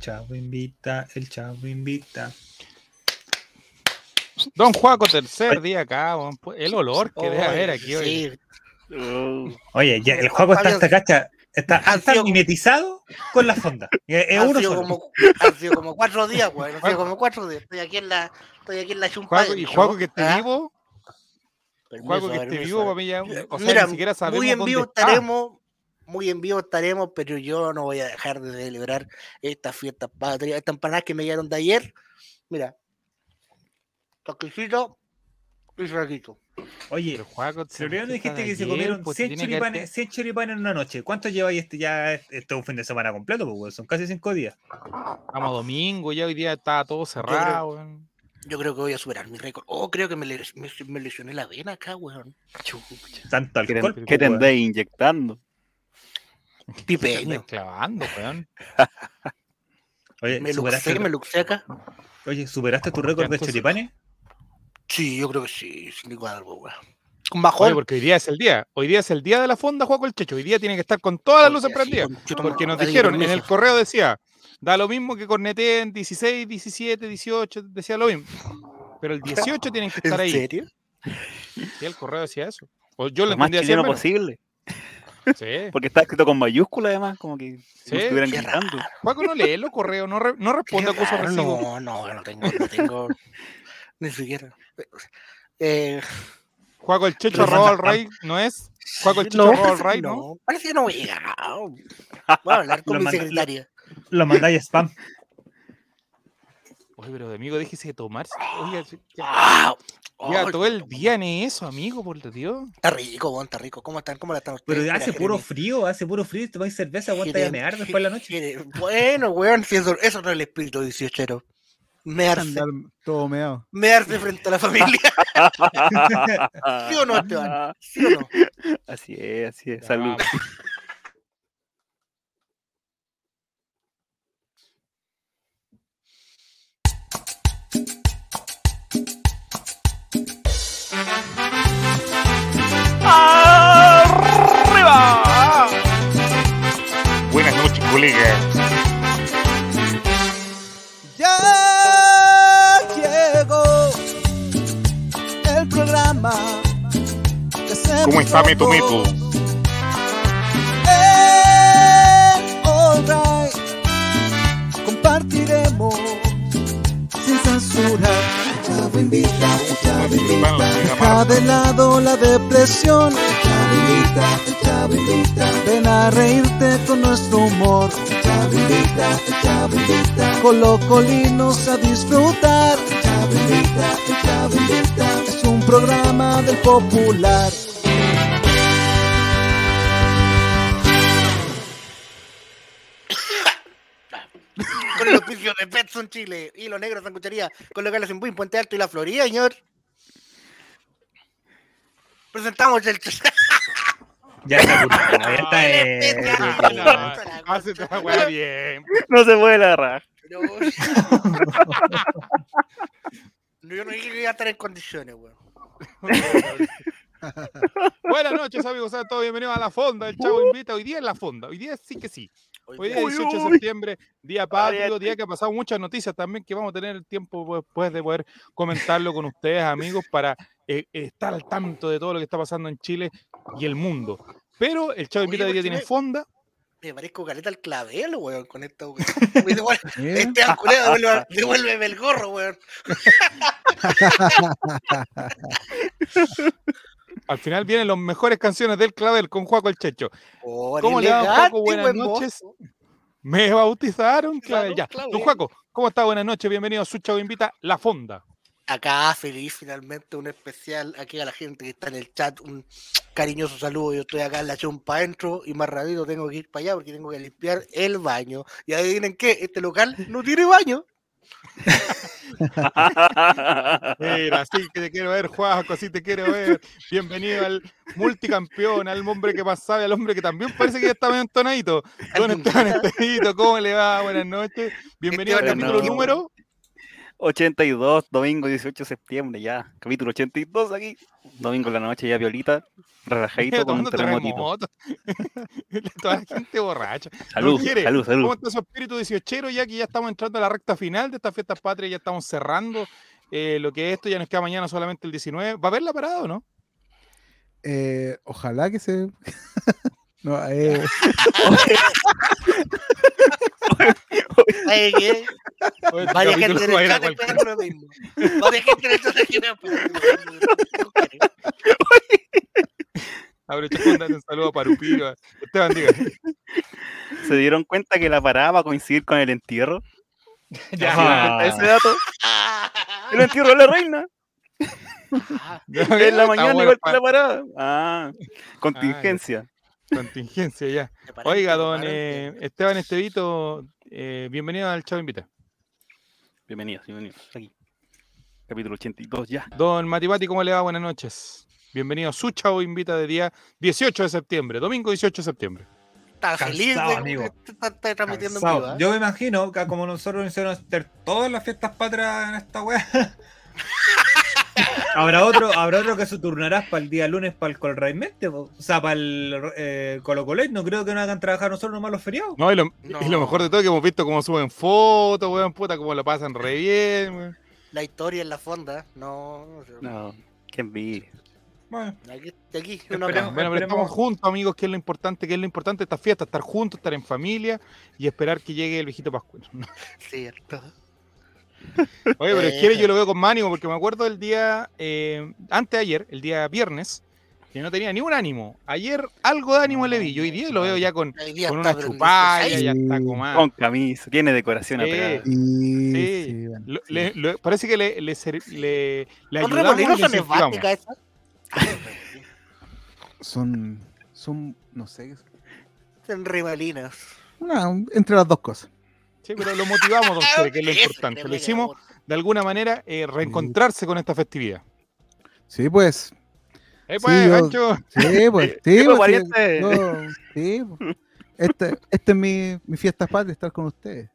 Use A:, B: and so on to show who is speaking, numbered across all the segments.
A: chavo invita, el chavo invita.
B: Don Juaco, tercer día acá, bon, pues, el olor que debe
C: Oh,
B: haber aquí hoy.
C: sí. Uh,
A: Oye, ya, el juego está hasta cacha. Está
C: Ha
A: hasta
C: sido-
A: mimetizado con la fonda. Es es
C: han,
A: uno
C: sido
A: solo.
C: como, han sido como cuatro días, güey. Han sido como cuatro días. Estoy aquí en la, estoy aquí en la chumpa.
B: Juaco, y Juaco que esté
C: ¿Ah?
B: vivo,
C: Permiso,
B: Juaco que esté
C: permiso.
B: vivo, para mí ya, o sea,
C: Mira,
B: ni siquiera sabemos
C: muy en
B: dónde
C: vivo
B: está.
C: estaremos, muy en vivo estaremos, pero yo no voy a dejar de celebrar estas fiestas patrias, estas empanadas que me llegaron de ayer. Mira, toquecito y ratito.
A: Oye,
B: Pero Juaco,
A: pero primero
B: ¿qué
A: dijiste
B: tal
A: que se
B: ayer?
A: comieron
B: Pues
A: 100
B: tiene que haber-
A: choripanes, 100 choripanes en una noche. ¿Cuánto lleváis este ya? Este es un fin de semana completo, pues, weón, son casi 5 días.
B: Estamos a domingo, ya hoy día está todo cerrado. weón.
C: Yo creo que voy a superar mi récord. Oh, creo que me, les- me- me lesioné la vena acá, weón. Chucha.
A: Tanto
D: ¿Qué,
A: alcohol.
D: ten-
A: pues,
D: qué
A: weón.
D: tendré inyectando?
B: Se anda
C: Pipeño.
B: clavando, weón.
A: Oye,
C: Me
A: superaste,
C: luxé, me luxé acá.
A: oye, ¿superaste tu récord
B: Ya,
A: de
B: entonces-
A: choripanes?
C: Sí, yo creo que sí, sin ningún algo, weón. Un
B: Oye,
C: bajón.
B: porque hoy día es el día. Hoy día es el día de la fonda, Juaco el Checho. Hoy día tiene que estar con todas las luces
C: Oye, así,
B: prendidas.
C: conchetumare,
B: Porque nos
C: nadie
B: dijeron, en el
C: permiso.
B: correo decía, da lo mismo que corneteen 16, 17, 18, decía lo mismo. Pero el 18 tienen que estar
C: ¿En
B: ahí.
C: serio?
B: Sí, el correo decía eso. O yo lo pues.
D: Lo más
B: entendía así. al
D: chileno
B: menos.
D: posible.
B: Sí.
D: Porque está escrito con mayúscula además, como que si
B: Sí,
D: no estuvieran
C: qué
D: gritando.
B: Juaco no lee los correos, no, re- no responde a
C: Qué
B: cosas
C: raro,
B: recibo.
C: No, no, no tengo, no tengo. ni siquiera. Eh,
B: Juaco el Checho
C: Pero
B: arroba al
C: manda-
B: rey, ¿no es? Juaco el
C: sí,
B: Checho arroba al
C: parece-
B: rey, ¿no?
C: Parece que no voy a llegar. Voy a hablar con
A: Lo
C: mi
A: manda-
C: secretaria.
A: Lo mandáis a spam.
B: Oye, pero amigo, déjese de tomarse. Oiga, sí, ya,
C: Ah,
B: ya
C: ay,
B: todo el día en eso, amigo, por Dios.
C: Está rico, bon, está rico. ¿Cómo están? ¿Cómo la están ustedes?
A: Pero
C: Mira,
A: hace puro
C: Jeremy,
A: frío, hace puro frío y tomáis cerveza, aguanta a
C: Jerem-
A: mear después de la noche.
C: Jerem- Bueno, weón, si eso, eso no es el espíritu 18 Me arce,
E: Andar todo meado.
C: me arce frente a la familia. ¿Sí o no, Esteban? ¿Sí o no?
D: Ah, Así es, así es.
B: Ya,
D: Salud.
F: Buenas noches, colega.
E: Ya llegó el programa. que se
F: ¿Cómo está Meto
E: propuso
F: Meto?
E: en All Right. Compartiremos sin censura. El chavo invita, el chavo
F: Van la
E: invita.
F: señora
E: Deja
F: Marta.
E: de lado la depresión. El chavo invita, el chavo invita. Ven a reírte con nuestro humor. El chavo invita, el chavo invita. Con los colinos a disfrutar. El chavo invita, el chavo invita. Es un programa del popular.
C: Con el auspicio de Petson Chile, Hilo Negro, Sanguchería, con locales en Buin, Puente Alto y La Florida, señor. Presentamos el...
A: Ya está curado, ya está. eh,
B: Ah,
A: curado.
B: no, no, Hace toda la weá bien.
D: No se puede la raja.
C: No, yo no dije que iba a estar en condiciones, weón.
B: Buenas noches, amigos. Sean todos bienvenidos a la fonda. El chavo invita. Hoy día es la fonda. Hoy día sí que sí. Hoy día es 18 de septiembre, día patrio, día que ha pasado muchas noticias también que vamos a tener el tiempo pues, después de poder comentarlo con ustedes, amigos, para eh, estar al tanto de todo lo que está pasando en Chile y el mundo. Pero el chavo
C: Oye,
B: invita hoy
C: ¿por
B: día
C: qué
B: tiene
C: me-
B: fonda.
C: Me parezco caleta al clavel, weón, con esta weón. Devuel-
G: ¿Eh?
C: Este anculeo, devuélveme, devuélveme el gorro, weón.
B: Al final vienen las mejores canciones del clavel con Juaco el Checho.
C: Oh,
B: ¿Cómo le va,
C: elegante,
B: Juaco? Buenas
C: buen
B: noches.
C: mozo.
B: Me bautizaron, clavel.
C: Bautizaron,
B: Ya. Don
C: Clavel.
B: Juaco, ¿cómo está? Buenas noches, bienvenido a su chavo invita, la fonda.
C: Acá feliz finalmente un especial aquí a la gente que está en el chat, un cariñoso saludo. Yo estoy acá en la chumpa adentro y más ratito tengo que ir para allá porque tengo que limpiar el baño. Y adivinen qué, este local no tiene baño.
B: Mira, así que te quiero ver, Juaco, así te quiero ver. Bienvenido al multicampeón, al hombre que más sabe, al hombre que también parece que ya está medio entonadito. Don Esteban Estevito, ¿cómo le va? Buenas noches. Bienvenido al
C: Esteban,
B: capítulo
D: no.
B: número
D: 82, domingo 18 de septiembre, ya. Capítulo 82 aquí. Domingo en la noche, ya violita, relajadito con un
B: Tomando
D: terremotito.
B: terremoto. Toda la gente borracha.
D: Salud,
B: quiere.
D: salud,
B: ¿Cómo
D: salud.
B: está su espíritu 18 ya que ya estamos entrando a la recta final de estas fiestas patrias? Ya estamos cerrando eh, lo que es esto. Ya nos queda mañana solamente el 19. ¿Va a haber la parada o no?
E: Eh, ojalá que se. no, eh,
C: ¿Sabes qué?
B: Oye, este
C: Varias
B: capítulo
C: gente en
B: va a
C: el
B: ir a
C: chat
B: cualquier-
C: esperando lo mismo. Varias gente en el chat esperando lo mismo.
B: Abre Chacón, dale un saludo para Upiva. Esteban, diga.
D: ¿Se dieron cuenta que la parada va a coincidir con el entierro?
B: Ya,
D: ¿Se dieron cuenta de ese dato? El
C: Ah,
D: entierro de la reina.
B: ya, ya,
D: En la
B: está
D: mañana
B: Ah, bueno,
D: igual
B: pa- Ah,
D: que la parada. Ah, contingencia.
B: Contingencia, ya.
C: preparante,
B: Oiga, don
C: preparante.
B: eh, Esteban Estevito, eh, bienvenido al Chavo Invita.
D: Bienvenidos, bienvenidos. Aquí. Capítulo 82, ya.
B: Don Matipati, ¿cómo le va? Buenas noches. Bienvenido a su Chavo Invita de día 18 de septiembre, domingo 18 de septiembre.
C: Está feliz
A: Cansado,
C: de
A: amigo.
C: de- está- está transmitiendo en
A: Cansado.
C: vivo, ¿eh?
A: Yo me imagino que como nosotros hicieron todas las fiestas patrias en esta wea. habrá otro, habrá otro que se turnará para el día lunes para el Colraimente, po. o sea, para el eh, Colo Colo. No creo que nos hagan trabajar nosotros nomás los feriados.
B: No, y lo,
C: No.
B: y lo mejor de todo es que hemos visto cómo suben fotos, weón, puta, cómo lo pasan re bien, weón.
C: La historia en la fonda. No.
D: No, qué envidia.
A: Bueno,
C: Aquí, aquí
A: Esperemos-
C: una
B: Bueno, pero estamos
A: esperemos-
B: juntos, amigos, que es lo importante, que es lo importante de esta fiesta, estar juntos, estar en familia y esperar que llegue el viejito Pascuero.
C: Cierto.
B: Oye, pero
C: Eh.
B: quiere yo lo veo con más ánimo, porque me acuerdo del día eh, antes de ayer, el día viernes, que no tenía ni un ánimo. Ayer algo de ánimo le vi. Yo hoy día lo veo ya con,
C: Hoy día
B: con
C: está,
B: una
C: pero en
B: chupalla,
C: disfraz.
B: ya está
E: Sí.
D: Con
B: comando.
D: camisa, tiene decoración
B: Ah. Sí.
D: apegada.
E: y-
B: Sí.
E: sí, bueno.
B: Lo- le- lo- parece que le, le, ser- le, le ayudamos
C: ¿Son
B: y le
C: remolinos o
B: incentivamos.
C: nevástica esas?
E: Son. Son. No sé.
C: Son remolinos.
E: una- entre las dos cosas.
B: Sí, pero lo motivamos, don Cere, que es lo
C: Eso,
B: importante. Lo
C: tremendo
B: hicimos
C: amor.
B: de alguna manera eh, reencontrarse con esta festividad.
E: Sí, pues.
B: Eh,
E: Sí,
B: pues,
E: yo-
B: Pancho,
E: Sí, pues. Sí,
D: pues,
E: pues, sí,
D: pariente.
E: yo- sí, pues. Este, este es mi, mi fiesta patria, estar con ustedes.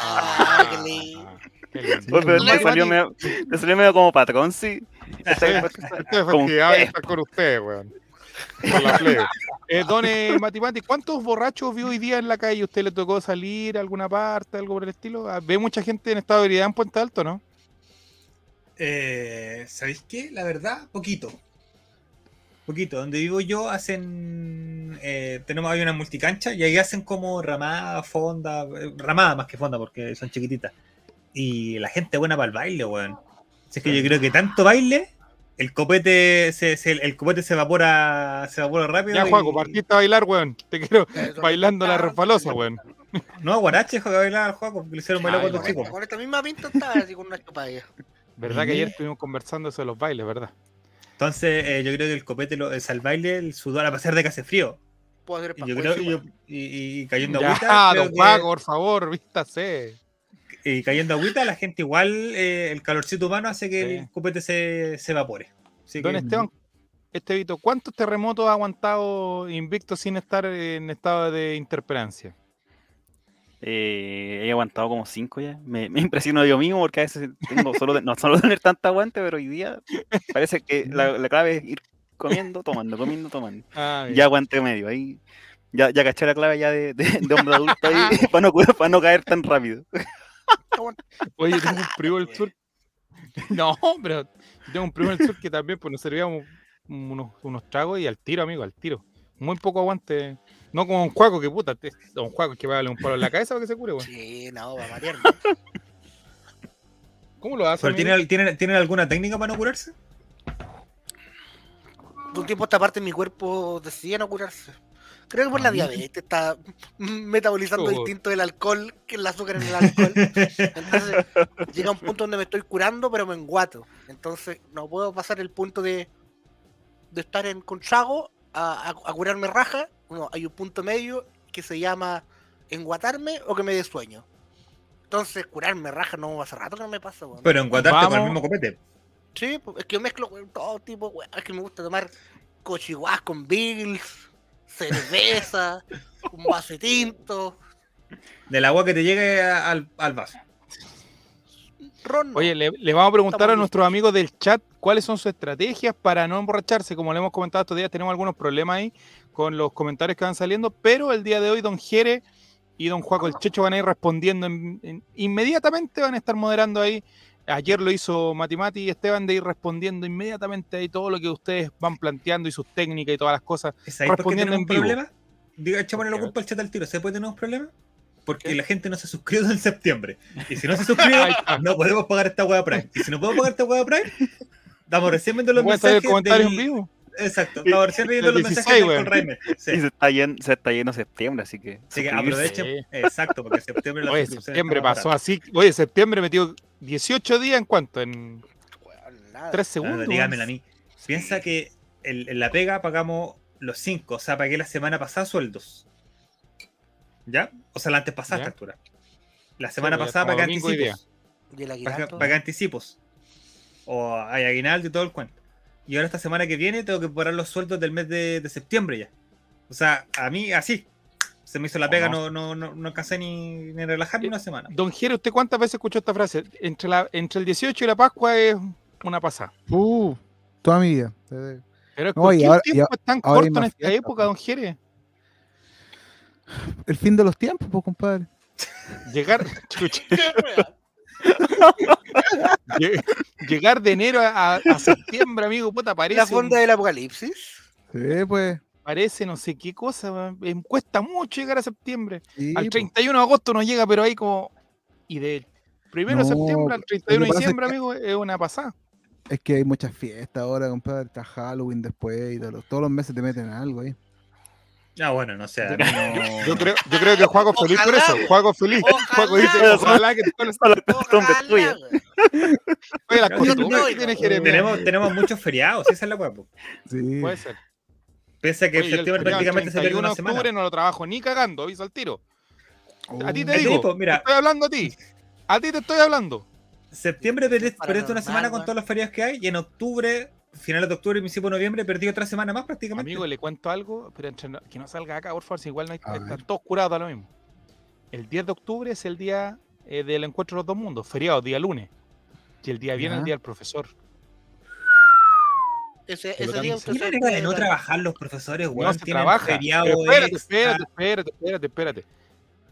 C: Ah, qué lindo.
B: qué lindo.
D: Oye, pero
B: Sí.
D: me Pues, salió medio, me salió medio como patrón, sí.
B: Esto es
D: Con
B: festividad de
D: usted.
B: estar con ustedes, weón. Con la plebe. Eh, don eh, Mati Mati, ¿cuántos borrachos vio hoy día en la calle? ¿Usted le tocó salir a alguna parte, algo por el estilo? Ah, ¿Ve mucha gente en estado de ebriedad en Puente Alto, no?
A: eh, ¿sabéis qué? La verdad, poquito. Poquito. Donde vivo yo hacen. eh, tenemos hay una multicancha y ahí hacen como ramada, fonda. eh, Ramada más que fonda porque son chiquititas. Y la gente buena para el baile, weón. Así que yo creo que tanto baile, el copete se, se- el copete se evapora, se evapora rápido.
B: Ya,
A: y-
B: Juaco, partiste a bailar, weón. Te quiero
C: Eso.
B: bailando la refalosa, weón.
A: No, guarache, juega a bailar, Juaco, porque le hicieron bailar
B: Ay,
A: cuando
B: no.
A: chico.
C: Con esta misma pinta estaba así con una chupalla.
B: ¿Verdad que
A: Mira.
B: ayer estuvimos conversando sobre los bailes, verdad?
A: Entonces, eh, yo creo que el copete, lo, es al baile, el sudor, a pesar de que hace frío.
C: Puedo hacer pues.
A: Y
C: el
A: yo
C: pascuero
A: creo, y,
C: igual.
A: yo- y- y cayendo
B: ya, Ah,
A: agüita, creo
B: don
A: que-
B: Juaco, por favor, vístase.
A: y cayendo agüita, la gente igual, eh, el calorcito humano hace que
B: Sí.
A: el copete se, se evapore. Así
B: Don
A: que-
B: Esteban, Estevito, ¿cuántos terremotos ha aguantado invicto sin estar en estado de interperancia?
D: Eh, he aguantado como cinco ya. Me, me impresiono yo mismo porque a veces tengo solo de- no solo tener tanta aguante, pero hoy día parece que la, la clave es ir comiendo, tomando, comiendo, tomando.
B: Ah,
D: Ya aguante medio, ahí ya, ya caché la clave ya de, de- de hombre adulto ahí para no, cu- pa' no caer tan rápido.
B: Oye, tengo un primo del sur. No, pero tengo un primo del sur que también pues, nos servíamos unos, unos tragos y al tiro, amigo, al tiro. Muy poco aguante. No como un Juaco, que puta. te- Don Juaco es que va a darle un palo en la cabeza para que se cure, weón.
C: Sí, no, va a marear. ¿no?
B: ¿Cómo lo hace?
A: ¿Pero
B: amigo?
A: tienen, tienen- tienen alguna técnica para no curarse?
C: De un tiempo a esta parte mi cuerpo decidía no curarse. Creo que por la diabetes está mm, metabolizando
B: Oh.
C: distinto el alcohol que el azúcar en el alcohol. Entonces llega un punto donde me estoy curando, pero me enguato. Entonces no puedo pasar el punto de, de estar en conchago a, a, a curarme raja. No, hay un punto medio que se llama enguatarme o que me dé sueño. Entonces curarme raja no hace rato que no me pasa. weón.
A: Pero enguataste con el
B: Vamos.
A: mismo copete.
C: Sí, pues, es que yo mezclo con todo tipo, weón. Es que me gusta tomar cochiguás con bills, cerveza, un vaso de tinto.
A: Del agua que te llegue a- al, al vaso.
C: Ron.
B: Oye, le, le vamos a preguntar
C: Estamos
B: a nuestros amigos del chat cuáles son sus estrategias para no emborracharse. Como le hemos comentado estos días, tenemos algunos problemas ahí con los comentarios que van saliendo, pero el día de hoy don Jere y don Juaco el Checho van a ir respondiendo en- en- inmediatamente, van a estar moderando ahí. Ayer lo hizo Matimati y Esteban de ir respondiendo inmediatamente ahí todo lo que ustedes van planteando y sus técnicas y todas las cosas.
A: ¿Sabéis por qué
B: Respondiendo
A: tenemos
B: en
A: un
B: vivo.
A: problema? Diga, echémosle la
B: Porque-
A: culpa al chat al tiro. ¿Se puede tener un problema? Porque
B: ¿Qué?
A: la gente no se suscribe en septiembre. Y si no se suscribe,
B: Ahí está.
A: no podemos pagar esta hueá Prime. Y si no podemos pagar esta hueá Prime, damos recién viendo los
B: ¿Pueden salir
A: mensajes.
B: comentarios en
A: del-
B: vivo?
A: Exacto, estamos recién leyendo los
B: Del
A: mensajes
B: 16,
A: del
B: weón.
A: Conraimer. Sí.
D: Y se está, llen- se está lleno septiembre, así que.
A: Así que
D: suscribirse.
A: aprovechen.
B: Sí.
A: Exacto, porque septiembre la
B: Oye,
A: suscripción
B: septiembre
A: está más
B: pasó
A: barata.
B: así. Oye, septiembre metió 18 días en cuánto? En
C: Weón, nada.
B: 3
A: No, no,
B: segundos.
A: dígamela a mí. Piensa que el- en la pega pagamos los 5, o sea, pagué la semana pasada sueldos. ¿Ya? O sea, la antes pasada
B: Ya.
A: factura. La semana
B: pues
A: pasada
B: ya estamos
A: pagué
B: domingo hoy
A: anticipos.
C: ¿Y el
A: paga-
C: aguinaldo?
A: paga anticipos. O hay aguinaldo y todo el cuento. Y ahora esta semana que viene tengo que cobrar los sueldos del mes de, de septiembre ya. O sea, a mí así. Se me hizo la
D: Oh,
A: pega,
D: no.
A: no, no, no, no alcancé ni, ni relajarme una semana.
B: Don Jere, ¿usted cuántas veces escuchó esta frase? Entre, la, entre el 18 y la Pascua es una pasada.
E: Uh, toda mi vida. desde-
B: Pero es
E: No, y
B: que
E: ahora-
B: el
E: y
B: tiempo es tan
E: ahora
B: corto
E: hay
B: en
E: más
B: esta
E: fiesta,
B: época,
E: pues.
B: don Jere.
E: El fin de los tiempos, pues, compadre.
B: Llegar, chucha, lleg- llegar de enero a, a septiembre, amigo, puta, parece,
C: La
B: un-
C: fonda del apocalipsis.
E: Sí, pues.
B: parece no sé qué cosa. man. Em, Cuesta mucho llegar a septiembre.
E: sí,
B: Al
E: pues.
B: 31 de agosto no llega, pero ahí como... Y del primero de
E: No,
B: septiembre al
E: lo que
B: 31 de
E: pasa es
B: diciembre,
E: que-
B: amigo, es una pasada.
E: Es que hay muchas fiestas ahora, compadre. Está Halloween después y todo lo- todos los meses te meten algo ahí.
A: Ah, bueno, no sé. a mí no-
B: Yo creo, yo creo que Juaco es feliz por
C: Ojalá,
B: eso. Juaco es feliz. Juaco dice,
C: Ojalá.
B: ojalá que todas las-
D: Son las costumbres
C: Ojalá,
D: tuyas.
B: eh.
C: weón.
B: oye, las
A: Yo
B: costumbres
C: estoy,
B: que tiene
C: weón.
B: Jeremia.
A: tenemos, tenemos muchos feriados, esa es la hueá. po.
E: Sí.
B: Puede ser.
A: Piensa que
B: Oye, yo el
A: septiembre
B: feriado
A: prácticamente se pierde
B: 31
A: una
B: de
A: semana.
B: octubre no lo trabajo ni cagando, aviso al tiro. A ti te
E: Oh.
A: Es que,
B: digo,
A: pues,
B: te
A: mira,
B: estoy hablando a ti. A ti te estoy hablando.
A: septiembre perdí-
C: Paranormal,
A: perdiste una semana con
C: weón.
A: todos los feriados que hay y en octubre, finales de octubre y principio de noviembre, perdí otra semana más prácticamente.
B: Amigo, le cuento algo, pero entre no- que no salga acá, por favor, si igual no hay,
E: A
B: están
E: ver.
B: todos curados da lo mismo. El 10 de octubre es el día eh, del encuentro de los dos mundos, feriado, día lunes. Y el día viernes,
E: Ya.
B: el día del profesor.
C: Ese,
B: Pero
C: ese día
B: también-
C: usted
A: ¿Qué
C: sabe
A: manera de
C: que-
A: no trabajar los profesores, weón?
B: no se trabaja.
A: feriado
B: Pero espérate,
A: extra.
B: espérate, espérate, espérate, espérate.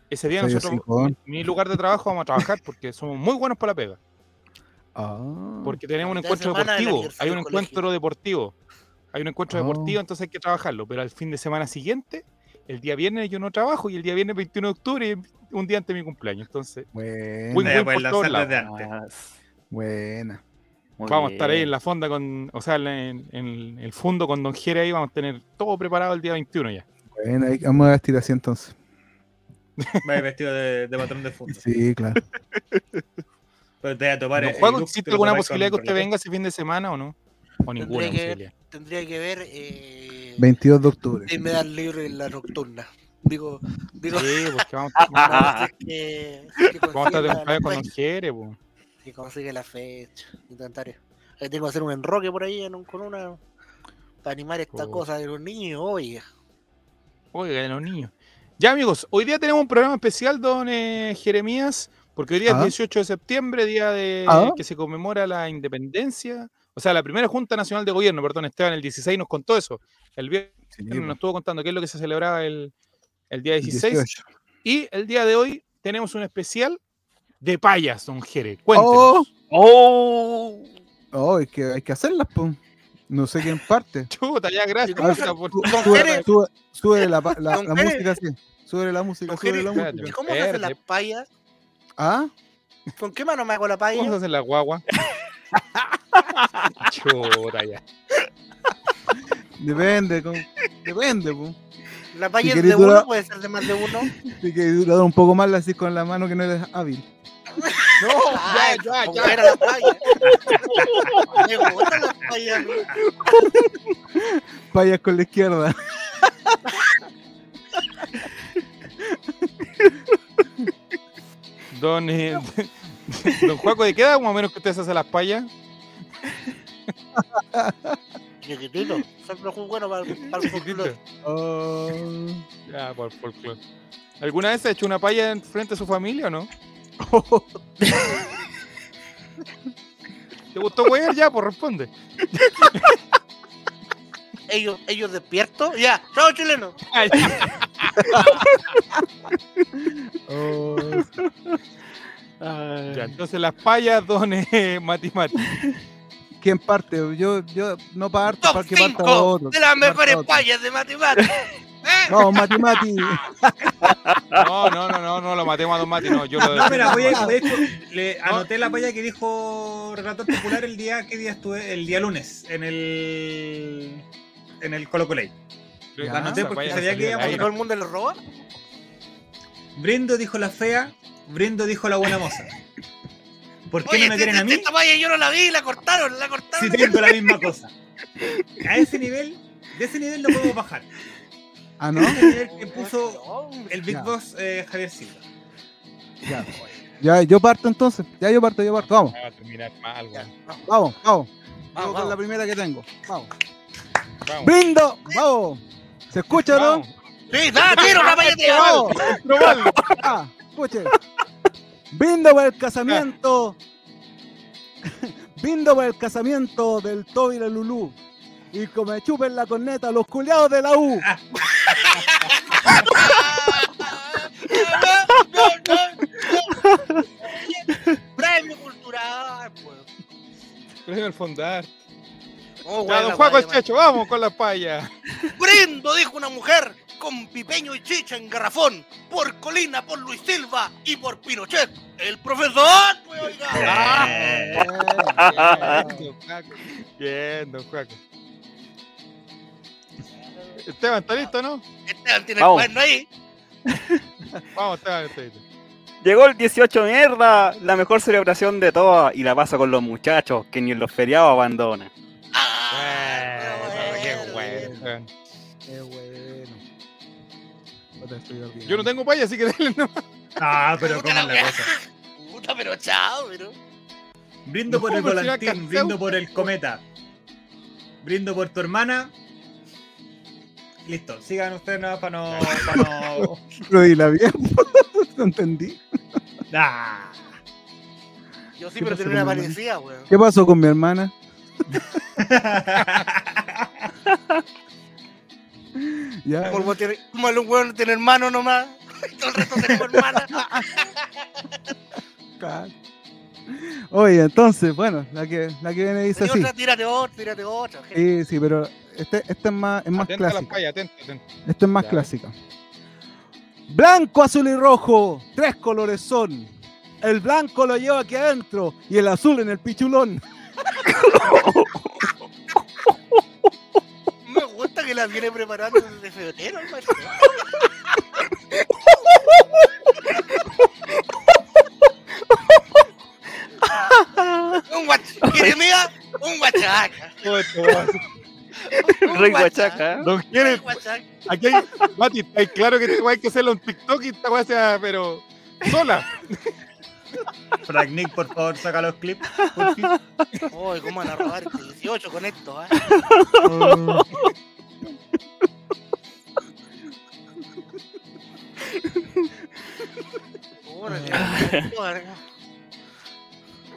B: Ese día
E: Soy
B: nosotros,
E: hocicón.
B: mi lugar de trabajo, vamos a trabajar porque somos muy buenos para la pega.
E: Ah.
B: Porque tenemos un
C: mitad de
B: encuentro
C: semana de la
B: deportivo.
C: universidad
B: Hay un
C: del colegio.
B: encuentro deportivo. Hay un encuentro
E: Ah.
B: deportivo, entonces hay que trabajarlo. Pero al fin de semana siguiente, el día viernes yo no trabajo y el día viernes 21 de octubre es un día antes de mi cumpleaños. Entonces,
E: Buena.
B: Muy
A: Ya, pues,
B: por
A: la
B: todos
A: sal
B: lados.
A: desde antes.
E: Buena.
D: Muy
B: vamos a estar ahí
D: bien.
B: en la fonda con, o sea, en, en el fondo con Don Jere ahí, vamos a tener todo preparado el día 21 ya.
E: Buena. ahí Vamos a vestir así entonces.
A: Va Ah. vestido de, de patrón de fondo.
E: Sí, claro.
A: Pero te voy a topar
B: Don
A: el
B: Juaco,
A: look,
B: ¿existe
A: eh, te lo
B: alguna
A: topas
B: posibilidad que
A: con
B: usted
A: relator.
B: venga ese fin de semana o no? O ninguna
C: Tendría que ver.
B: posibilidad.
C: Tendría que ver. Eh,
E: 22 de octubre.
C: y me dan libre en la nocturna. Digo, digo,
B: Sí, porque vamos,
C: no, si
B: Ah,
C: es que, si es
B: vamos
C: que
B: a estar
C: consigue
B: de
C: la-
B: cumpleaños
C: la
B: con Don
C: fecha,
B: Jere, po.
C: si consigue la fecha, intentaré. Ahí tengo que hacer un enroque por ahí en un- con una para animar esta
B: Oh.
C: cosa de los niños, oye.
B: Oiga, de los niños. Ya, amigos, hoy día tenemos un programa especial, don eh, Jeremías, porque hoy día
E: Ah.
B: es 18 de septiembre, día de
E: Ah.
B: que se conmemora la independencia. O sea, la primera Junta Nacional de Gobierno, perdón, Esteban, el 16 nos contó eso. El viernes
E: Sí, pues.
B: nos estuvo contando qué es lo que se celebraba el, el día
E: el
B: 16.
E: 18.
B: Y el día de hoy tenemos un especial de payas, don Jere. Cuéntenos.
E: Oh,
D: ¡Oh!
E: oh, es que hay que hacerlas, pum. No sé quién parte.
B: Chuta, ya, gracias.
E: A ver,
B: puta, por-
E: tú-
C: Don
E: sube-
C: Jere.
E: sube- Sube la, pa- la,
C: Don
E: la
C: Jere.
E: música así. Sube la música,
C: Don
E: sube
C: Jere.
E: la
B: Espérate.
E: música.
C: ¿Y cómo se hacen las
B: Verde.
C: payas?
E: ¿Ah?
C: ¿Con qué mano me hago la
B: ¿Cómo se
C: paya?
B: hace la guagua? Chuta, ya.
E: Depende, con- depende, pum.
C: ¿La paya
E: Si
C: es de
E: querés durar-
C: uno? ¿Puede ser de más de uno?
E: Así que durar un poco más así con la mano que no eres hábil.
B: No,
C: Ay,
B: ya, ya,
C: ¿cómo
B: ya.
C: era Ah, la paya? Me gustan las payas.
E: Vayas con la izquierda.
B: Don, eh, don Juaco, ¿de qué edad más o menos que usted se hace las payas?
C: Chiquitito, siempre fue bueno para, para el folclore.
E: Oh,
B: Ya, por folclore. ¿Alguna vez se ha hecho una paya en frente a su familia o no? ¿Te gustó wear? Ya, pues responde.
C: Ellos, ellos despiertos. Ya, chao chileno.
A: Eh.
B: Ya, entonces las payas, don eh, Mati Mati.
G: ¿Quién parte? Yo, yo no parto,
C: Top
G: para que parta
C: 5
G: otro.
C: de las
G: que parta
C: mejores
G: otro.
C: payas de matemáticas. ¿Eh?
G: No, Mati Mati.
B: No, no, no, no, no lo matemos a don Mati, no, yo lo
A: No, Ah, mira,
B: defiendo.
A: oye, de hecho, le anoté la paya que dijo Relator Popular el día, ¿qué día estuve? El día lunes, en el en el Colo Coley.
B: Creo que
G: la anoté
B: esa
A: porque
B: wea
A: sabía
B: salió
A: que
B: al
A: íbamos a
B: aire.
C: ¿Todo el mundo le roba?
A: Brindo dijo la fea, Brindo dijo la buena moza. ¿Por qué
C: Oye,
A: no me
C: si
A: quieren a
C: esta-
A: mí
C: Esta paya yo no la vi, la cortaron, la cortaron.
A: si tengo la misma cosa? A ese nivel, de ese nivel no podemos bajar.
G: Ah, ¿no?
A: De ese nivel que
C: No,
A: puso
C: no.
A: el Big
G: Ya.
A: Boss eh, Javier Silva.
G: Ya. ya, yo parto entonces. Ya, yo parto, yo parto. Vamos,
B: Va a terminar mal,
C: Ya,
B: weón.
C: vamos,
G: vamos, vamos. Yo
C: vamos,
G: con la
C: vamos.
G: primera que tengo. Vamos.
B: Vamos.
G: Brindo, vamos. ¿Se escucha, no?
B: Vamos.
C: Sí, da tiro, la paya te ganó.
G: Vamos. Ah, escuche. Brindo por el casamiento. Brindo por el casamiento del Toby y la Lulú. Y como me chupen la corneta los culiados de la U.
B: Ah.
C: No, no, no, no. Premio cultural, pues.
B: Creo que el fondar.
C: Oh,
B: Ya,
C: buena
B: don Juaco
C: paya,
B: Checho, vamos con las payas.
C: Brindo, dijo una mujer, con pipeño y chicha en garrafón, por Colina, por Luis Silva y por Pinochet. El profesor, pues, oiga.
B: Ah,
A: Eh,
B: Bien, don Juaco. Bien, don Juaco. Esteban, ¿está listo, no?
C: Esteban tiene
D: Vamos.
C: el cuerno ahí.
B: Vamos, Esteban, está listo.
D: Llegó el 18, mierda, la mejor celebración de todas y la paso con los muchachos que ni en los feriados abandonan.
C: Ah, pero
B: Bueno, qué
C: bueno.
B: bueno.
G: Qué bueno. Puta, estoy olvidando.
B: Yo no tengo payas, así que denle nomás.
A: Ah, pero ¿cómo es la cosa?
C: Puta, pero chao, pero.
A: Brindo por
B: No,
A: el
B: pero si era
A: volantín,
B: Cancel.
A: brindo por el cometa. Brindo por tu hermana. Listo, sigan ustedes nada para no. Para no...
G: Pero dila bien, no entendí.
A: Ah.
C: Yo sí,
G: ¿Qué
C: pero
G: pasó
C: tiene una
G: con mi
C: parecida, weón.
G: ¿Qué pasó con mi hermana? Ya.
C: Como tiene- como el weón tiene hermano nomás. Todo el resto tenemos hermana.
G: Ah, ca- Oye, entonces, bueno, la que, la que viene dice
C: Y
G: así.
C: otra, tírate otra, tírate otra. gente.
G: Sí, sí, pero este, este es más, es más
B: Atenta a las
G: clásico.
B: payas, atenta, atenta.
G: Esta es más
B: Ya.
G: clásica. Blanco, azul y rojo, tres colores son. El blanco lo lleva aquí adentro y el azul en el pichulón.
C: Me gusta que la viene preparando desde febrero, hermano. un guachaca, un guachaca.
B: Todo esto, weón.
C: un
D: Rey Huachaca.
B: Don
C: Rey
B: Jerez,
C: guachaca.
B: Aquí hay, Mati, está ahí claro que esta weá hay que hacerlo en TikTok y esta weá sea, pero sola.
A: Frank Nick, por favor, saca los clips.
C: Uy, cómo van a robar este 18 con esto, ¿eh? Órale, órale.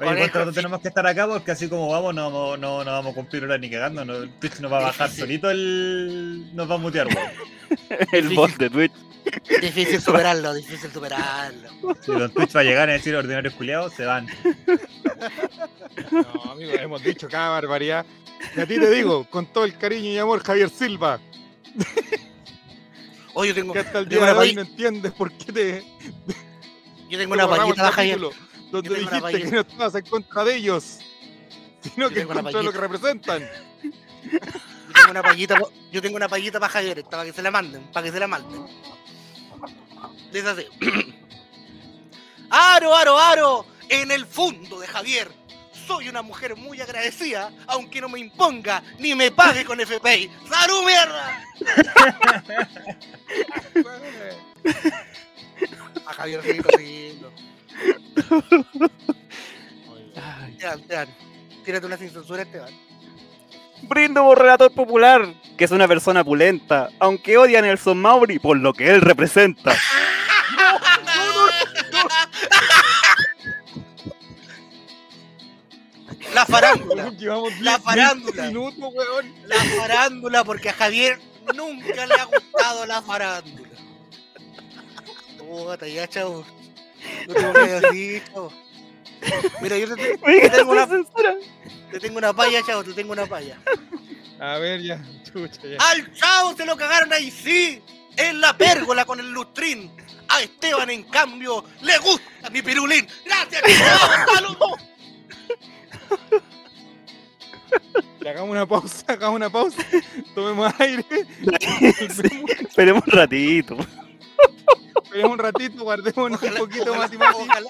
A: Oye, ¿cuánto rato tenemos que estar acá? Porque así como vamos, no, vamos- no, no vamos a cumplir hora ni cagando. No, el Twitch nos va a bajar solito el. Nos va a mutear, weón.
D: El boss de Twitch.
C: Difícil superarlo, difícil superarlo.
A: Si Don Twitch va a llegar a decir ordinarios culiados, se van.
B: No, amigo, hemos dicho cada barbaridad. Y a ti te digo, con todo el cariño y amor, Javier Silva,
C: Hoy yo tengo,
B: que hasta el
C: Yo
B: día
C: me
B: de
C: la
B: hoy
C: voy-
B: no entiendes por qué te.
C: yo tengo una payita baja y
B: Donde
C: Yo tengo una
B: dijiste que
C: valleta.
B: no estabas en contra de ellos, sino
C: Yo
B: que en
C: tengo una
B: contra de lo que representan.
C: Yo tengo una payita, pa- yo tengo una payita para Javier, esta, para que se la manden, para que se la manden. Dice así. Aro, aro, aro, en el fondo de Javier. Soy una mujer muy agradecida, aunque no me imponga ni me pague con FPI. ¡Saru, mierda! A Javier sí, consiguiendo. Esteban, Esteban, tírate una sin censura, Esteban.
D: Brindo por relator popular, que es una persona pulenta, aunque odian el Son Mauri por lo que él representa.
C: farándula.
B: Llevamos
C: La
B: 10
C: farándula.
B: minutos, weón.
C: La farándula, porque a Javier nunca le ha gustado la farándula. Puta, ya, chavo. No tengo que decir, chavo. Mira, yo te, te tengo una, te tengo una palla, chavo, te tengo una palla.
B: A ver, ya, chucha, ya.
C: Al chavo se lo cagaron ahí, sí, en la pérgola con el lustrín. A Esteban, en cambio, le gusta mi pirulín. Gracias, chavo, Gonzalo.
B: Ya, Hagamos una pausa, hagamos una pausa. Tomemos aire. Volvemos,
D: Esperemos un ratito.
B: Esperemos un ratito, guardémonos un
C: Ojalá-
B: poquito
C: ojalá-
B: más y más.
C: Ojalá,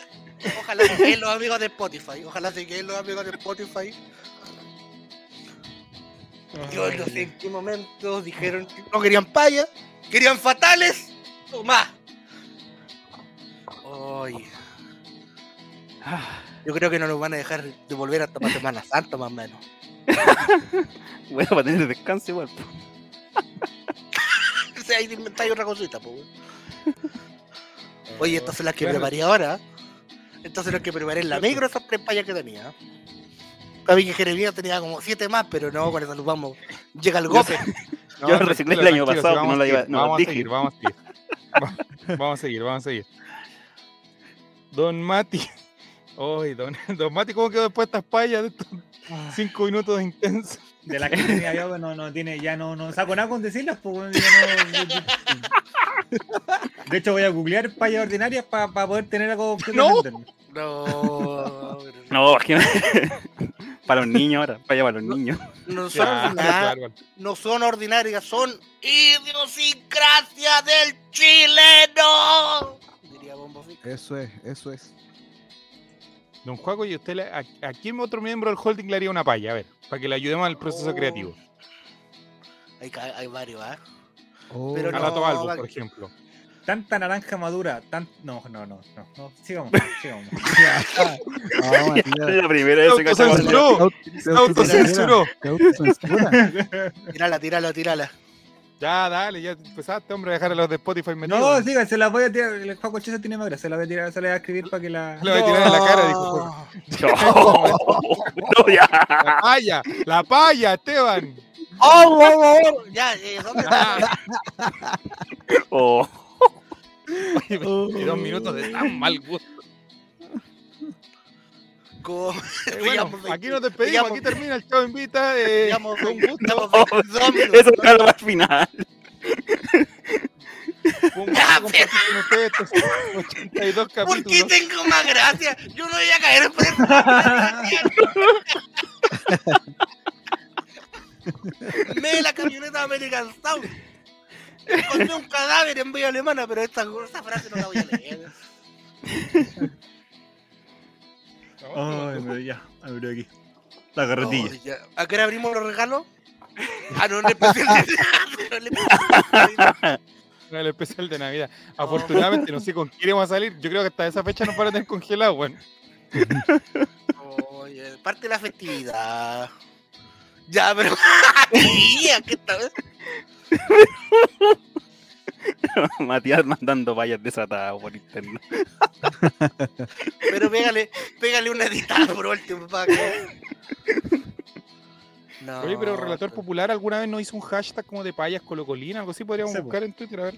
C: ojalá se queden los amigos de Spotify. Ojalá se queden los amigos de Spotify. Yo no sé en qué momento dijeron que no querían paya, querían fatales o más. Oye.
B: Ah.
C: Yo creo que no nos van a dejar de volver hasta para Semana Santa, más o menos.
D: Bueno, para tener descanso igual. po.
C: O sea, ahí inventáis otra cosita, pues. Oye, estas son las que
B: Claro.
C: preparé ahora. Estas son las que preparé en la micro, esas tres payas que tenía. Sabía que Jeremías tenía como siete más, pero no, con esas nos vamos. Llega el
B: Yo
C: golpe.
B: No,
D: Yo lo
B: tranquilo,
D: reciclé el
B: tranquilo,
D: año pasado,
B: sí,
D: que no la iba-
B: seguir,
D: no,
B: vamos a
D: dije.
B: seguir, vamos a seguir. Va- Vamos a seguir, vamos a seguir. Don Mati. Ay, don, don Mati, ¿cómo quedó después de estas payas de estos cinco minutos de intenso?
A: De la que tenía yo, no, no tiene, ya no, no saco nada con decirlas, pues weón, ya no- De hecho, voy a googlear payas ordinarias para poder tener algo que
B: No.
A: defenderme.
C: No,
D: No, es que para los niños ahora, para allá para los niños.
C: no son
B: Claro,
C: ordinarias,
B: claro.
C: no son ordinarias, son idiosincrasia del chileno. Diría Bombo Fica.
G: Eso es, eso es.
B: Don Juaco, ¿y usted le- a, a quién otro miembro del holding le haría una paya? A ver, para que le ayudemos al proceso
C: Oh.
B: creativo.
C: Hay, ca- hay varios, ¿ah?
G: Oh,
C: Pero
B: A
C: no,
B: Lato Balbo,
C: va-
B: por ejemplo.
A: Tanta naranja madura, tan. No, no, no, no. no. Sigamos, sigamos.
G: ah, Matías,
D: la primera vez que
B: Se
D: cachamos-
B: autocensuró,
G: te auto-
B: se autocensuró.
G: te autocensura.
C: Tírala, tírala, tírala.
B: Ya, dale, ya empezaste, hombre, a dejar a los de Spotify metidos.
A: No, sigan, se las voy a tirar. El Juaco Chizo tiene más gracia, se la voy a tirar, se la voy a escribir para que la.
B: Le voy a tirar en la cara, dijo. Juaco.
C: No.
D: Oh, No, ya.
B: La paya, la paya, Esteban.
C: ¡Oh, oh, oh! Ya, eh, ¿dónde está?
D: Oh.
B: Y dos minutos de tan mal gusto.
C: Como-
B: Eh,
C: digamos,
B: bueno, aquí nos despedimos,
C: digamos-
B: aquí termina el show invita. Eh,
C: digamos,
B: fue un gusto,
C: digamos,
D: No,
C: dos minutos.
D: Eso está lo al final.
B: fue un gusto compartir con ustedes estos 82
C: ¿Por qué
B: capítulos.
C: tengo más gracia? Yo no voy a caer en preso. Me de la camioneta American Sound. Encontré un cadáver en Vía Alemana, pero esta, esta frase no la voy a leer.
A: Ay, pero ya, abrió aquí. La garretilla.
C: Oh, ya. ¿A qué hora abrimos los regalos? Ah, no, en el especial de- no, en el especial de-
B: Era El especial de Navidad. Afortunadamente, no sé con quién íbamos a salir. Yo creo que hasta esa fecha nos van a tener congelados, bueno.
C: Oye, parte de la festividad. Ya, pero. Tía, ¿qué tal?
D: Matías mandando vallas desatadas por internet.
C: Pero pégale, pégale una editada por último, pa' que- No,
B: Oye, pero Relator Popular alguna vez nos hizo un hashtag como de payas colocolina, algo así podríamos
A: Sí, po.
B: buscar en Twitter, a ver.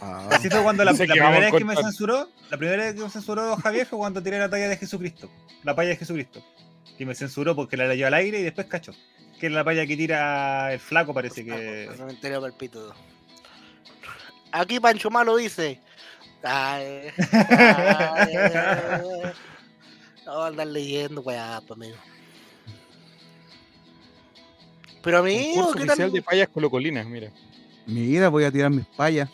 G: Ah,
A: Así fue cuando la, la
B: Dice que
A: primera
B: vamos
A: vez que me
B: cortando.
A: censuró, la primera vez que me censuró Javier fue cuando tiré la talla de Jesucristo, la palla de Jesucristo. Y me censuró porque la leyó al aire y después cachó. Que es la palla que tira el flaco, parece que.
C: El cementerio palpito. Aquí Pancho Malo dice. Ay, ay, no voy a andar leyendo, weá, pa' amigo. Pero amigo,
B: Concurso
C: ¿qué
B: oficial
C: tal?
B: de payas colocolinas, mira.
G: mira, voy a tirar mis payas.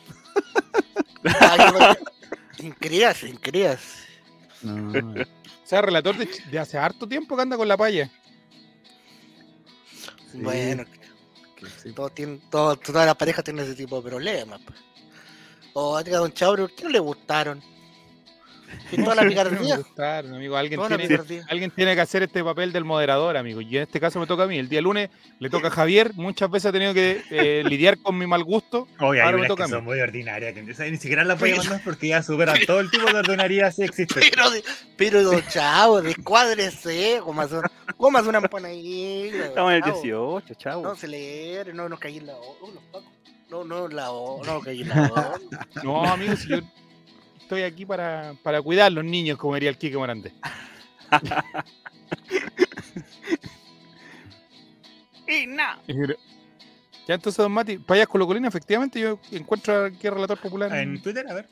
C: Ah, Sin crías, sin crías.
G: No,
B: O sea, Relator de, de hace harto tiempo que anda con la paya.
G: Sí.
C: Bueno,
G: que sí.
C: todos tienen, todos, todas las parejas Oh, tienen ese tipo de problemas. pues. O diga Don Chauro, ¿qué no le gustaron? Y toda la
B: Me
C: picardía.
B: gustaron, amigo. Alguien
C: Toda la
B: tiene,
C: picardía.
B: alguien tiene que hacer este papel del moderador, amigo. Y en este caso me toca a mí. El día lunes le toca a Javier. Muchas veces he tenido que eh, lidiar con mi mal gusto.
A: Oye, hay
B: Ahora me
A: unas
B: toca a
A: que
B: mí.
A: son muy ordinarias, que esa ni siquiera las voy a mandar porque ya superan todo el tipo de ordinariedad si existe.
C: Pero, de- pero don Chavo, descuádrese, comas, un- comas una empanadilla.
D: Estamos en el
C: chavo.
D: 18, chavo.
C: No se leer, no nos caí en la o- oh, los pacos. No, no, la o- no caí en la o-
B: No, amigo, si yo estoy aquí para, para cuidar a los niños, como diría el Quique Morante.
D: Y nada.
B: Ya entonces, don Mati, payas Colocolina, efectivamente yo encuentro a qué relator popular.
A: En Twitter, a ver,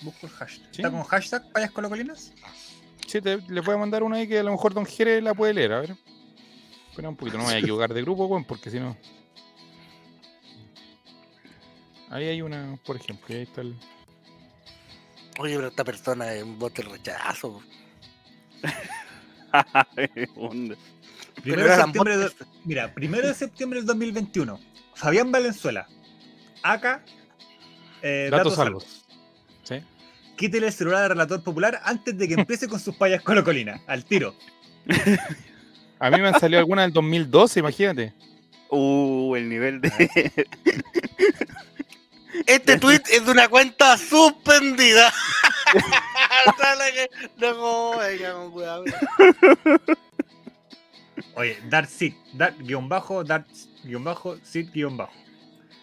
A: busco el hashtag.
B: em, Sí.
A: ¿Está con hashtag payas colocolinas?
B: Sí, te- le voy a mandar una ahí que a lo mejor don Jerez la puede leer, a ver. Espera un poquito, no me voy a equivocar de grupo, weón, porque si no. Ahí hay una, por ejemplo, y ahí está el.
C: Oye, pero esta persona es un bote de rechazo. Pero
A: Primero de
C: eran
A: septiembre
B: este.
A: de- mira, primero de septiembre del 2021. Fabián Valenzuela. Acá. eh,
B: Datos salvos. ¿Sí?
A: Quítele el celular al relator popular antes de que empiece con sus payas colocolinas. Al tiro.
B: A mí me han salido algunas del 2012, imagínate.
D: Uh, el nivel de.
C: Este tweet es de una cuenta suspendida. Toda la que- no, venga, con cuidado.
A: Oye, Dark Sid, Dark guión bajo, Dark guión bajo, Sid guión bajo.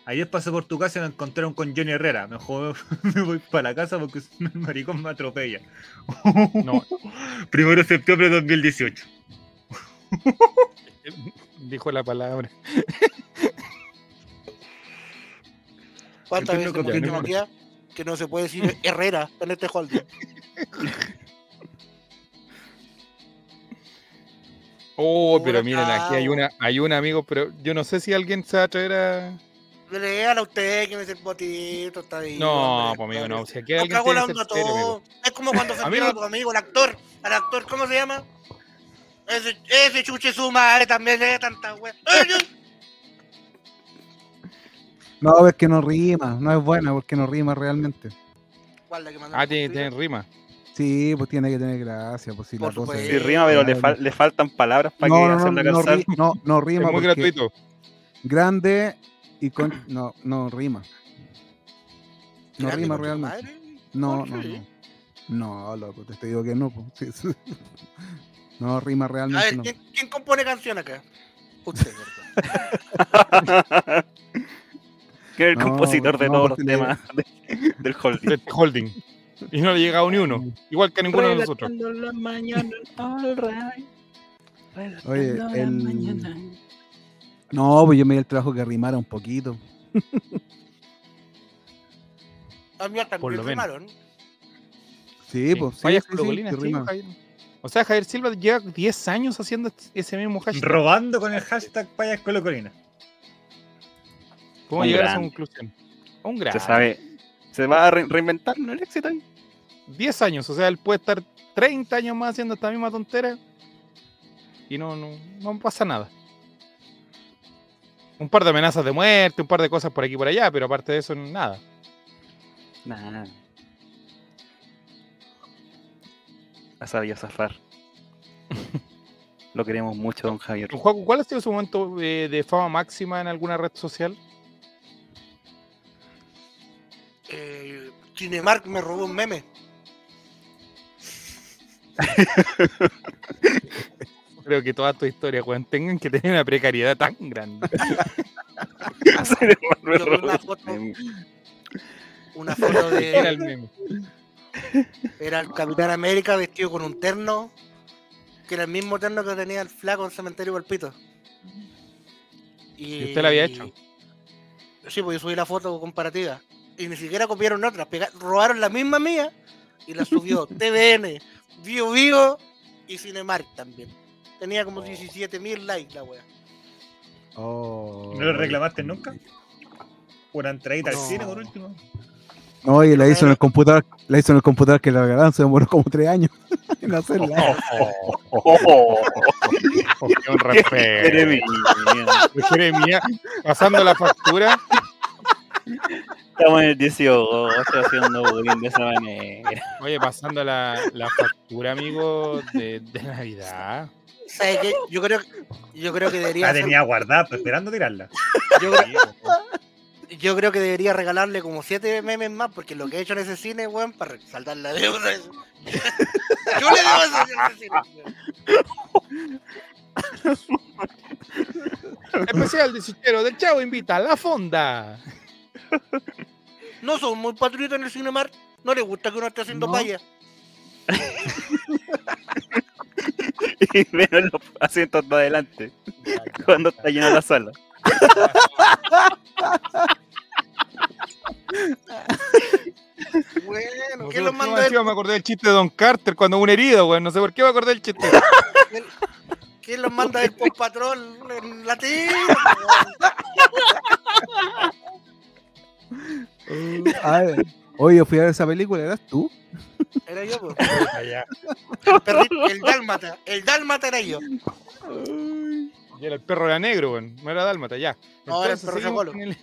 A: Ayer pasé por tu casa y me encontraron con Johnny Herrera. Mejor me voy para la casa porque el maricón me atropella.
B: No.
A: Primero de septiembre de 2018.
B: Dijo la palabra.
C: ¿Cuántas
A: Entiendo
C: veces hemos
A: que-
C: dicho, Matías, que no se puede decir Herrera en este holding?
B: Oh,
C: Puro
B: pero miren, aquí hay
C: chavo.
B: una, hay un amigo, pero yo no sé si alguien se va a atrever a.
C: Lean a usted que me dice el botito, está bien.
B: No,
C: hombre,
B: pues amigo,
C: está
B: no.
C: bien.
B: Si aquí
C: Me
B: alguien
C: cago en la
B: tiene que
C: onda
B: ser serio,
C: todo.
B: amigo.
C: Es como cuando se
B: Amigo-
C: pierde a tu amigo, el actor. Al actor, ¿cómo se llama? Ese, ese chuche su madre también le da tanta wea. ¡Ay, Dios!
G: No, es que no rima, no es buena porque no rima realmente.
C: ¿Cuál la que mandó
B: Ah,
C: por
B: tiene,
C: Twitter?
B: tiene rima.
G: Sí, pues tiene que tener gracia, pues si la
C: Por
G: cosa
C: supuesto.
D: Sí, rima, pero le, fal- le faltan palabras para
G: no,
D: que
G: no, no,
D: hacerla
G: no,
D: calzar.
G: ri- no, no
B: Es
G: rima
B: muy
G: porque
B: gratuito.
G: grande y con... no, no rima. No
C: Grande
G: rima
C: con tu
G: realmente.
C: madre.
G: No,
C: ¿Por
G: no,
C: qué?
G: no. No, loco, te, te digo que no. pues, sí, sí. No rima
C: A
G: realmente.
C: ver,
G: no.
C: ¿quién, quién compone canción acá? Usted, ¿verdad?
D: Que es el
G: No,
D: compositor de
G: no,
D: todos los
G: porque le-
D: temas de- del holding.
B: de holding. Y no le ha llegado ni uno. Igual que a ninguno de nosotros.
G: Oye, el... No, pues yo me di el trabajo que rimara un poquito.
C: A mí también
B: Por lo menos.
C: rimaron.
G: Sí,
B: Sí.
G: pues sí,
B: Vaya
G: sí, sí,
B: Colocolina,
G: que
B: sí,
G: rima.
B: Javier. O sea, Javier Silva lleva 10 años haciendo este, ese mismo hashtag.
A: Robando con el hashtag payas colocolinas.
B: ¿Cómo
D: Un
B: llegar a esa
D: grande.
B: conclusión? Un
D: Se
B: gran.
D: sabe. Se va a re- reinventar, ¿no? El éxito ahí.
B: 10 años. O sea, él puede estar 30 años más haciendo esta misma tontera. Y no, no, no pasa nada. Un par de amenazas de muerte, un par de cosas por aquí y por allá, pero aparte de eso, nada.
D: Nah. Ha sabido zafar. Lo queremos mucho, don Javier.
B: Don Juaco, ¿cuál ha sido su momento eh, de fama máxima en alguna red social?
C: Eh, Cinemark me robó un meme.
B: Creo que toda tu historia, Juan, tengan que tener una precariedad tan grande.
C: Yo vi una foto, una foto
B: Era
C: de.
B: el meme.
C: Era el Capitán América vestido con un terno. Que era el mismo terno que tenía el flaco en Cementerio Palpito.
B: ¿Y usted la había hecho?
C: Sí, pues yo subí la foto comparativa. Y ni siquiera copiaron otra. pega- robaron la misma mía y la subió TVN, Vivo Vivo y Cinemark también. Tenía
B: Oh.
C: como 17.000 likes la wea.
G: Oh,
A: ¿No lo reclamaste nunca? Una entradita al cine por último.
G: No, y la hizo en el computador, la hizo en el computador que le regalaron, se demoró como tres años en hacerla.
A: Oh.
D: oh,
B: Oh, qué un ¿eh? respeto. Jeremías, pasando la factura.
D: Estamos en el 18, haciendo bullying de esa manera.
B: Oye, pasando la, la factura, amigo, de, de Navidad.
C: ¿Sabes qué? Yo creo, yo creo que debería.
A: La
C: hacer-
A: tenía guardada, pues, esperando tirarla.
C: yo, creo, yo creo que debería regalarle como siete memes más, porque lo que he hecho en ese cine, weón, para saltar la deuda. es- yo le debo eso a ese cine. weón.
B: Especial de Sichero del Chavo invita a la fonda.
C: No son muy patriotas en el Cinemar. No les gusta que uno esté haciendo
G: No.
C: paya.
D: Y menos los asientos de adelante, cuando está llena la sala.
C: Bueno,
B: No sé
C: ¿quién
B: por
C: los
B: qué
C: manda
B: más
C: a él?
B: encima me acordé del chiste de Don Carter cuando un herido, güey. No sé por qué me acordé del chiste.
C: ¿Quién los manda a él por patrón en latín?
G: A ver. Oye, yo fui a ver esa película, ¿eras tú?
C: Era yo, po.
B: Allá.
C: el, perrito- el dálmata. El dálmata era yo.
B: Y era el perro era negro, güey. No era dálmata, ya.
C: No, era el
B: Entonces,
C: perro
B: seguimos
C: chacolo.
B: con el-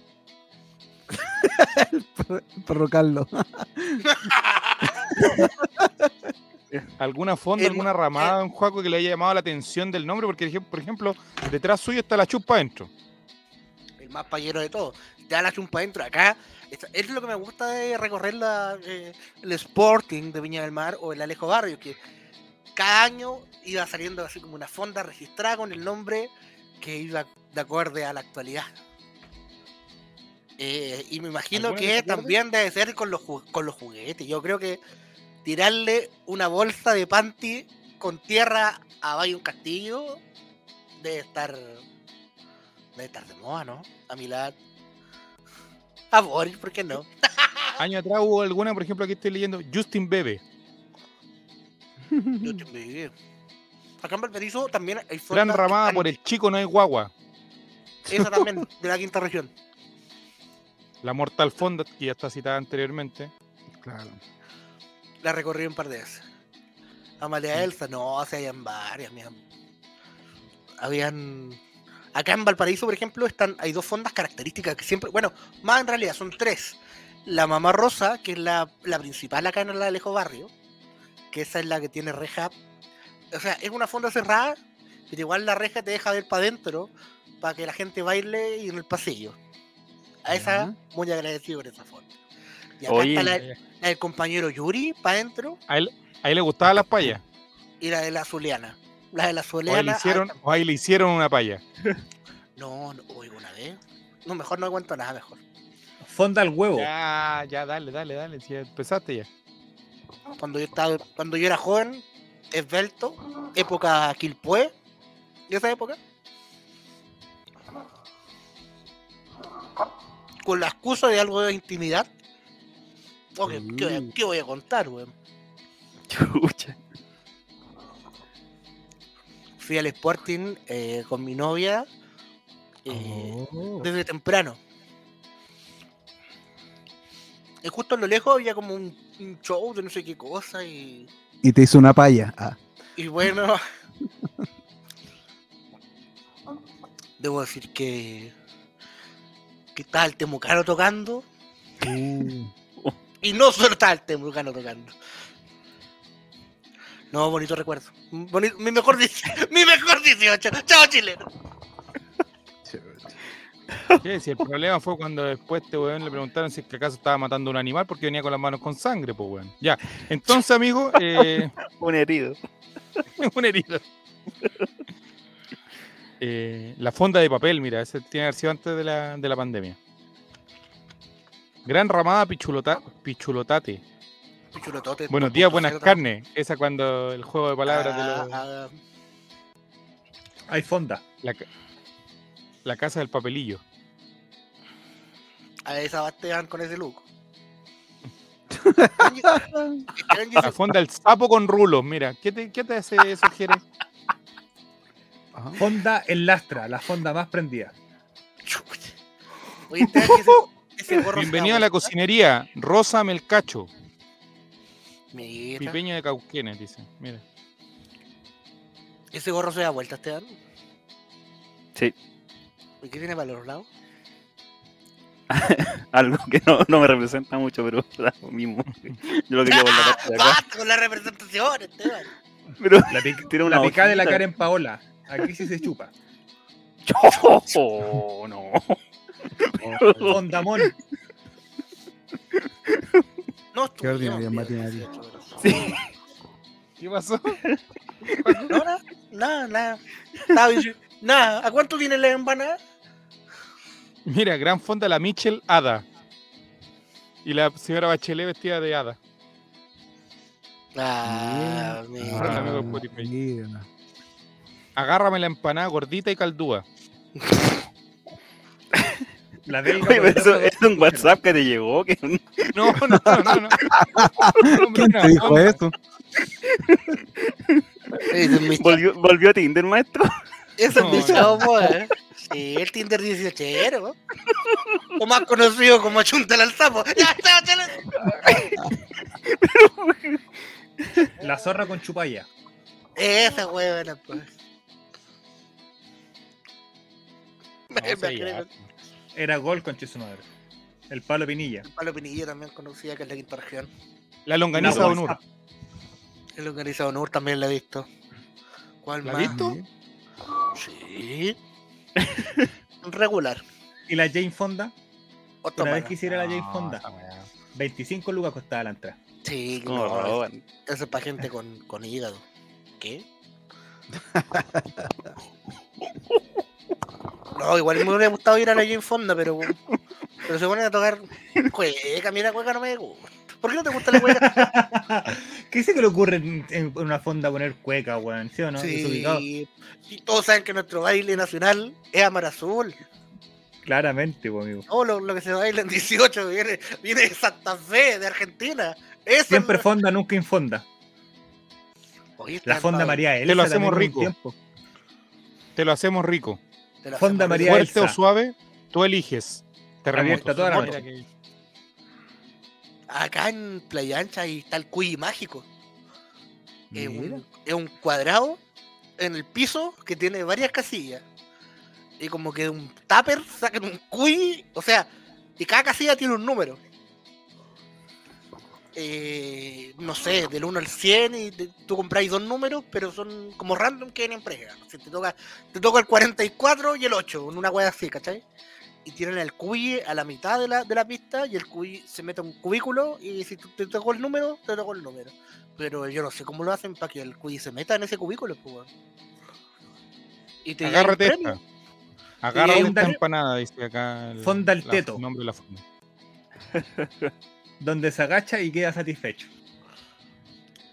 G: Perro Carlos.
B: ¿Alguna fonda,
C: El- eh.
B: alguna ramada, don Juaco, que le haya llamado la atención del nombre? Porque, por ejemplo, detrás suyo está la chupa adentro.
C: el más payero de todo. Ya la chumpa dentro. Acá esta- es lo que me gusta de recorrer la, eh, el Sporting de Viña del Mar o el Alejo Barrio, que cada año iba saliendo así como una fonda registrada con el nombre que iba de acorde a la actualidad. Eh, y me imagino
B: ¿Alguna que se
C: que
B: acuerde?
C: también debe ser con los, ju- con los juguetes. Yo creo que tirarle una bolsa de panty con tierra a Valle un Castillo debe estar debe estar de moda, ¿no? A Milad. A Boris, ¿por qué no?
B: Año atrás hubo alguna, por ejemplo, aquí estoy leyendo Justin Bebe.
C: Yo te envidio. Acá en Valparaíso también hay
B: Gran
C: fondas que
B: ramada
C: están-
B: por el chico no hay guagua.
C: Esa también, de la quinta región.
B: La Mortal Fonda, que ya está citada anteriormente. Claro.
C: La recorrí un par de veces. Amalia Elsa, no, se habían varias, mi am- Habían. Acá en Valparaíso, por ejemplo, están, hay dos fondas características que siempre. Bueno, más en realidad son tres. La mamá rosa, que es la, la principal acá en el Alejo Barrio, que esa es la que tiene reja. O sea, es una fonda cerrada, pero igual la reja te deja ver para adentro, para que la gente baile y en el pasillo. A esa,
G: Ya.
C: muy agradecido por esa fonda. Y acá
D: Oye,
C: está la, la del compañero Yuri para adentro
B: A él, a él le gustaban las payas.
C: y la de la Zuliana. La de la
B: O ahí, le
C: Zuliana.
B: hicieron,
C: ah,
B: o ahí le hicieron una paya.
C: no, no, oigo una vez. No, mejor no aguanto nada, mejor.
A: Fonda al
C: Oh.
A: huevo.
B: Ya, ya, dale, dale, dale. Si ya empezaste ya.
C: Cuando yo estaba, cuando yo era joven, esbelto, época Quilpué, de esa época. Con la excusa de algo de intimidad. Oye, ¿qué, voy a- qué voy a contar, weón?
D: Chucha.
C: Fui al Sporting eh, con mi novia eh, desde temprano. Y justo a lo lejos había como un, un show de no sé qué cosa y,
G: Y te hizo una paya. Ah.
C: y bueno. Debo decir que, que estaba el Temucano tocando y no solo estaba el Temucano tocando. No, bonito recuerdo. Boni- mi mejor dic- mi mejor 18. Chao, chileno.
B: ¿Qué? Si el problema fue cuando después este weón le preguntaron si es que acaso estaba matando a un animal porque venía con las manos con sangre, pues weón. Ya. Entonces, amigo, eh,
D: Un herido.
B: un herido. Eh, la fonda de papel, mira, ese tiene que haber sido antes de la, de la pandemia. Gran ramada pichulota, pichulotate.
C: Pichulotote,
B: Buenos días, buenas
C: 2.0
B: carnes. Esa cuando el juego de palabras de
C: Ah,
B: los-
C: ah,
A: Hay fonda.
B: la, ca- la casa del papelillo.
C: A esa batean con ese look. Extraño
B: La
C: ese-
B: fonda del sapo con rulos, mira. ¿Qué te, qué te se- sugiere?
A: Fonda el lastra, la fonda más prendida.
C: Chucha. Oye, extraño ese- ese gorro
B: Bienvenido a
C: se va
B: la cocinería. Rosa Melcacho,
C: vuelta. Mira,
B: pipeño de Cauquenes, dice. Mira.
C: ese gorro se da vuelta, Esteban.
D: Sí.
C: ¿Y qué tiene para los lados?
D: algo que no, no me representa mucho, pero da lo mismo. Yo lo que llevo en la parte de acá.
C: ¡Basta con la representación, Esteban!
D: Pero
A: La, pic-
D: tiene una
A: la picada de la
D: hojita.
A: Karen Paola. Aquí sí se chupa.
D: ¡Oh, no! Oh.
A: Fondamón.
C: No,
E: Qué
C: estúpido,
E: ordinaria,
C: no,
E: ordinaria.
D: Sí.
B: ¿Qué pasó?
C: No, nada, nada, nada. Estaba diciendo, Nada, ¿a cuánto tiene la empanada?
B: Mira, gran fonda la Michelle Ada. Y la señora Bachelet vestida de hada.
C: Ah, mira.
B: Ah. amigo de Spotify.
E: mira.
B: Agárrame la empanada gordita y caldúa.
A: La belga.
D: Oye, pero eso
A: con-
D: es un WhatsApp que te llegó. Que...
B: No, no, no, no. no. Hombre,
E: ¿Quién
B: una
E: te dijo
B: fonda.
E: eso?
C: Ese es mi chavo,
D: ¿Volvió, volvió a Tinder, maestro.
C: ese es mi
B: No,
C: chavo, po, eh. Sí, el Tinder 18, ¿no? O más conocido como Chuntala al Sapo. Ya, chao, chao.
A: La zorra con chupalla.
C: Esa huevona, pues.
B: No,
C: Me
B: o sea,
C: imagino
B: ya.
A: Era gol con su madre. El palo Pinilla.
C: con Pablo Pinilla también conocida que es la quinta región.
B: La longaniza
A: La
B: de honor.
A: WhatsApp.
C: El organizado Nur también la he visto. ¿Cuál
B: ¿La
C: más?
B: has visto?
A: eh.
C: Sí. Regular.
A: Y la Jane Fonda.
C: Otra
A: Una vez
C: mala.
A: que hiciera la Jane
B: No,
A: Fonda.
B: esa weá.
A: 25 lucas costaba la entrada.
C: Sí,
D: No,
C: no,
D: no,
C: Eso es para gente con, con hígado. ¿Qué? No, igual me hubiera gustado ir a la Jane Fonda, pero, pero se ponen a tocar cueca. Mira, cueca no me gusta. ¿Por qué no te gusta la cueca?
A: ¿Qué se que le ocurre en, en una fonda poner cueca, weón? ¿Sí o no? Desubicado.
C: Sí, y todos saben que nuestro baile nacional es Amar Azul.
A: Claramente, pues, amigo.
C: No, lo, lo que se baila en 18 viene, viene de Santa Fe, de Argentina. Eso es
A: Siempre
C: lo-
A: fonda, nunca infonda.
C: Oye,
A: La
C: Esteban
A: fonda
C: Pablo,
A: María Elsa.
B: Te lo hacemos
A: también hubo un
B: rico.
A: tiempo.
B: Te lo hacemos rico.
C: te la
A: Fonda
C: hacemos
A: María
B: Fuerte
A: Elsa.
B: o suave, tú eliges.
A: Abierta
B: Terremoto.
A: toda la
B: Supongo
A: noche.
B: que-
C: acá en Playa Ancha y está el cuy mágico. Es
E: Mira.
C: un, es un cuadrado en el piso que tiene varias casillas. Y como que de un tupper sacan un cuy, o sea, y cada casilla tiene un número. Eh, no sé, del 1 al 100 y te- tú compráis dos números, pero son como random que vienen pregas. O sea, te toca, te toca el 44 y el 8, en una hueá así, ¿cachai? y tiran el cuy a la mitad de la, de la pista y el cuy se mete a un cubículo y si tú- te tocó el número, te tocó el número. Pero yo no sé cómo lo hacen para que el cuy se meta en ese cubículo, pues, weón. Y te llevan
B: Agárrate
C: premio.
B: esta. Agárrate
A: un
B: esta
A: premio.
B: empanada, dice acá. el-
A: Fonda el
B: la-
A: teto.
B: nombre de la fonda.
A: Donde se agacha y queda satisfecho.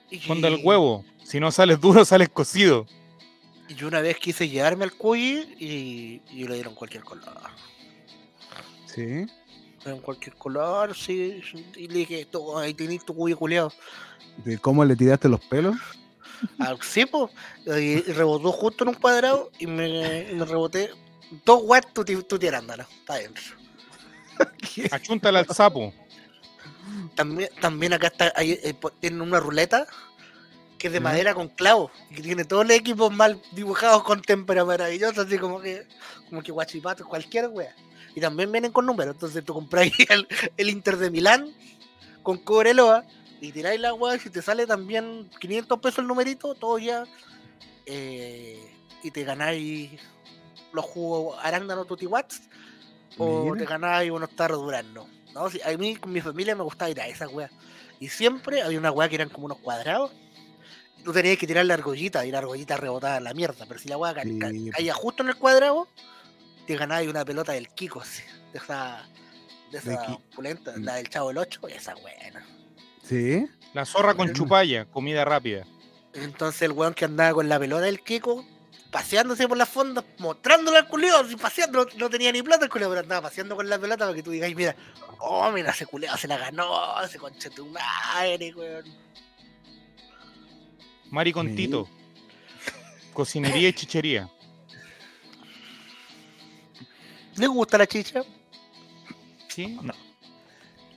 C: Y-
B: Fonda el huevo. Si no sales duro, sales cocido.
C: Y yo una vez quise llevarme al cuy y, y le dieron cualquier color.
E: Sí.
C: Le dieron cualquier color, sí. sí, Y le dije, "Tú, ahí tenés tu cuy culeado.
E: ¿De cómo le tiraste los pelos?
C: al Cipo Ah, y rebotó justo en un cuadrado y me, y me reboté dos watts tu, tu está adentro.
B: Achúntala al sapo.
C: También, también acá está, hay, eh, po- tienen una ruleta que es de madera con clavos y que tiene todos los equipos mal dibujados con témpera maravillosa, así como que, como que guachipato, cualquier wea. Y también vienen con números, entonces tú compráis el, el Inter de Milán con Cobreloa y tiráis la wea y si te sale también 500 pesos el numerito, todo ya. eh, y te ganáis los jugos arándano tutti watts o
E: Mira.
C: te ganáis unos tarros durazno. No, sí, a mí con mi familia me gustaba ir a esa wea. Y siempre había una weá que eran como unos cuadrados. y Tú tenías que tirar la argollita y la argollita rebotaba en la mierda. Pero si la weá ca- ca-
E: Sí, pues. po.
C: caía justo en el cuadrado, te ganabas una pelota del Kiko, así, de esa, de
E: De
C: esa
E: Ki-
C: opulenta,
E: Mm.
C: la del Chavo del 8, esa buena.
E: Sí.
B: La zorra con chupalla, comida rápida.
C: Entonces el weón que andaba con la pelota del Kiko, paseándose por las fondas, mostrándole al culeo, así paseando, no, no tenía ni plata el culeo, pero andaba paseando con la pelota para que tú digas, mira, oh, mira, ese culeo se la ganó, ese conche tu madre, weón.
B: Mari con
E: Sí.
B: Tito. Cocinería y chichería.
C: ¿Le gusta la chicha?
B: ¿Sí?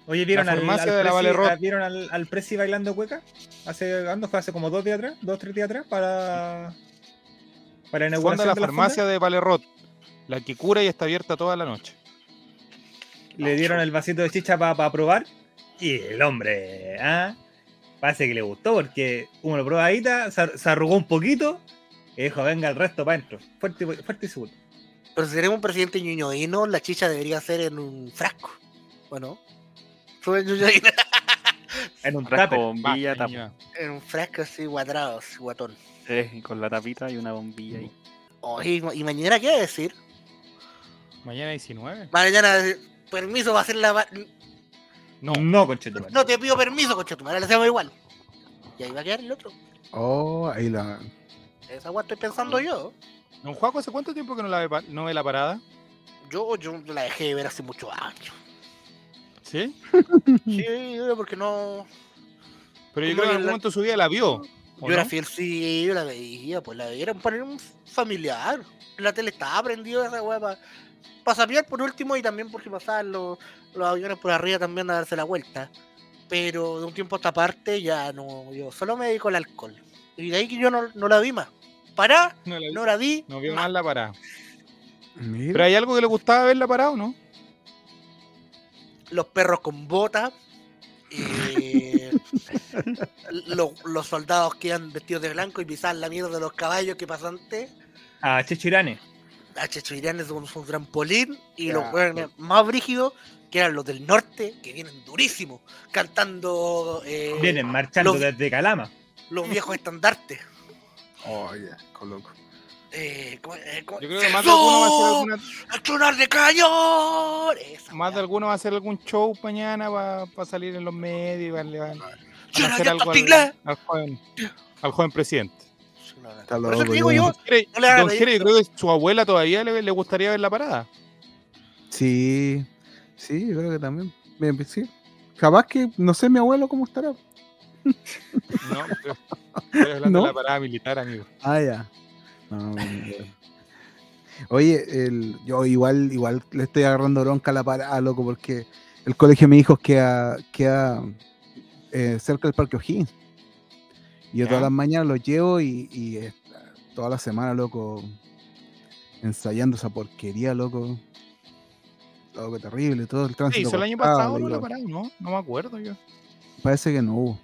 A: Oye, ¿vieron
B: La
A: al, al,
B: farmacia de la
A: Prezi-
B: Vale Rock.
A: a- ¿vieron al, al Prezi bailando cueca? Hace, ¿Cuándo fue? Hace como dos días atrás, dos, tres días atrás, para, para la
B: Fonda
A: inauguración
B: la
A: de la
B: farmacia
A: farmacia.
B: de Valerrot. La que cura y está abierta toda la noche.
A: le dieron el vasito de chicha para probar. Y el hombre, ¿ah? parece que le gustó porque uno lo probó ahí, ta, se, ar- se arrugó un poquito y dijo, venga el resto para adentro. Fuerte, y- fuerte y seguro.
C: Pero si tenemos un presidente ñoñoíno, la chicha debería ser en un frasco. Bueno, sube ñoñoíno
A: En un
D: Frasco,
A: tupper.
D: bombilla, tapa.
C: en un frasco así cuadrado, así guatón.
D: Sí, con la tapita y una bombilla ahí.
C: Oh, y, ma- y mañana qué va a decir?
B: Mañana 19.
C: Mañana, eh, permiso va a ser la. va-
B: No.
A: No, conchetumare.
C: No te pido permiso, conchetumare, le hacemos igual. Y ahí va a quedar el otro.
H: Oh, ahí la.
C: Esa agua estoy pensando yo.
B: Don Juaco, ¿hace cuánto tiempo que no, la ve, pa- no ve la parada?
C: Yo, yo la dejé de ver hace muchos años.
B: ¿Sí?
C: Sí, yo porque no.
B: Pero yo creo que
C: ¿Cómo
B: en
C: que
B: algún
C: la-
B: momento de su vida la vio. ¿o
C: Yo era
B: no?
C: fiel, sí, yo la veía, pues la veía. Era un un familiar. La tele estaba prendida esa weá para sapear por último y también porque pasaban los, los aviones por arriba también a darse la vuelta. Pero de un tiempo a esta parte ya no. Yo solo me dedico al alcohol. Y de ahí que yo no, no la vi más. Pará,
B: No, la vi-
C: no la vi.
B: no vio
C: más.
B: más la parada. ¿Pero
H: Mira.
B: hay algo que le gustaba verla parada o no?
C: Los perros con botas. eh, lo- los soldados quedan vestidos de blanco y pisaban la mierda de los caballos que pasan antes.
A: A Chechirane.
C: a Chechirán es como un trampolín y
H: Ya,
C: los weones más brígidos, que eran los del norte, que vienen durísimos, cantando eh,
A: Vienen marchando
C: los-
A: desde Calama.
C: los viejos estandartes.
H: Oh, ya, coloco.
C: Eh, ¿cómo- eh, cómo-
B: Yo creo que más de alguno va a hacer
C: ¡Jesús!
B: alguna
C: ¡A tronar de cañón! Esa
B: Más de
C: weá.
B: alguno va a hacer algún show mañana para salir en los medios y va- le van, van
C: Yo
B: a
C: no
B: hacer
C: yo
B: algo al,
C: tigre.
B: al joven, al joven presidente.
C: Sí, no, no.
H: Está
C: Por eso
H: loco,
C: te digo
H: yo-
C: yo,
B: Jere,
C: No le van a
B: don
C: pedir
B: Jere, yo
C: eso.
B: creo que su abuela todavía le, le gustaría ver la parada.
H: Sí, sí, yo creo que también. Bien, pues sí. Capaz que no sé mi abuelo cómo estará.
B: No, pero- estoy hablando
H: ¿No?
B: de la parada militar, amigo.
H: Ah, ya. No, ni idea. Oye, el- yo igual, igual le estoy agarrando bronca a la parada, loco, porque el colegio de mis hijos queda, queda eh, cerca del Parque O'Higgins. Y yo todas
B: Ya.
H: las mañanas los llevo y, y eh, toda la semana, loco, ensayando esa porquería, loco. Loco, terrible, todo el
B: Sí,
H: tránsito.
B: hizo el año
H: cortado,
B: pasado
H: yo-
B: la parada, ¿no? No me acuerdo yo.
H: Parece que no hubo.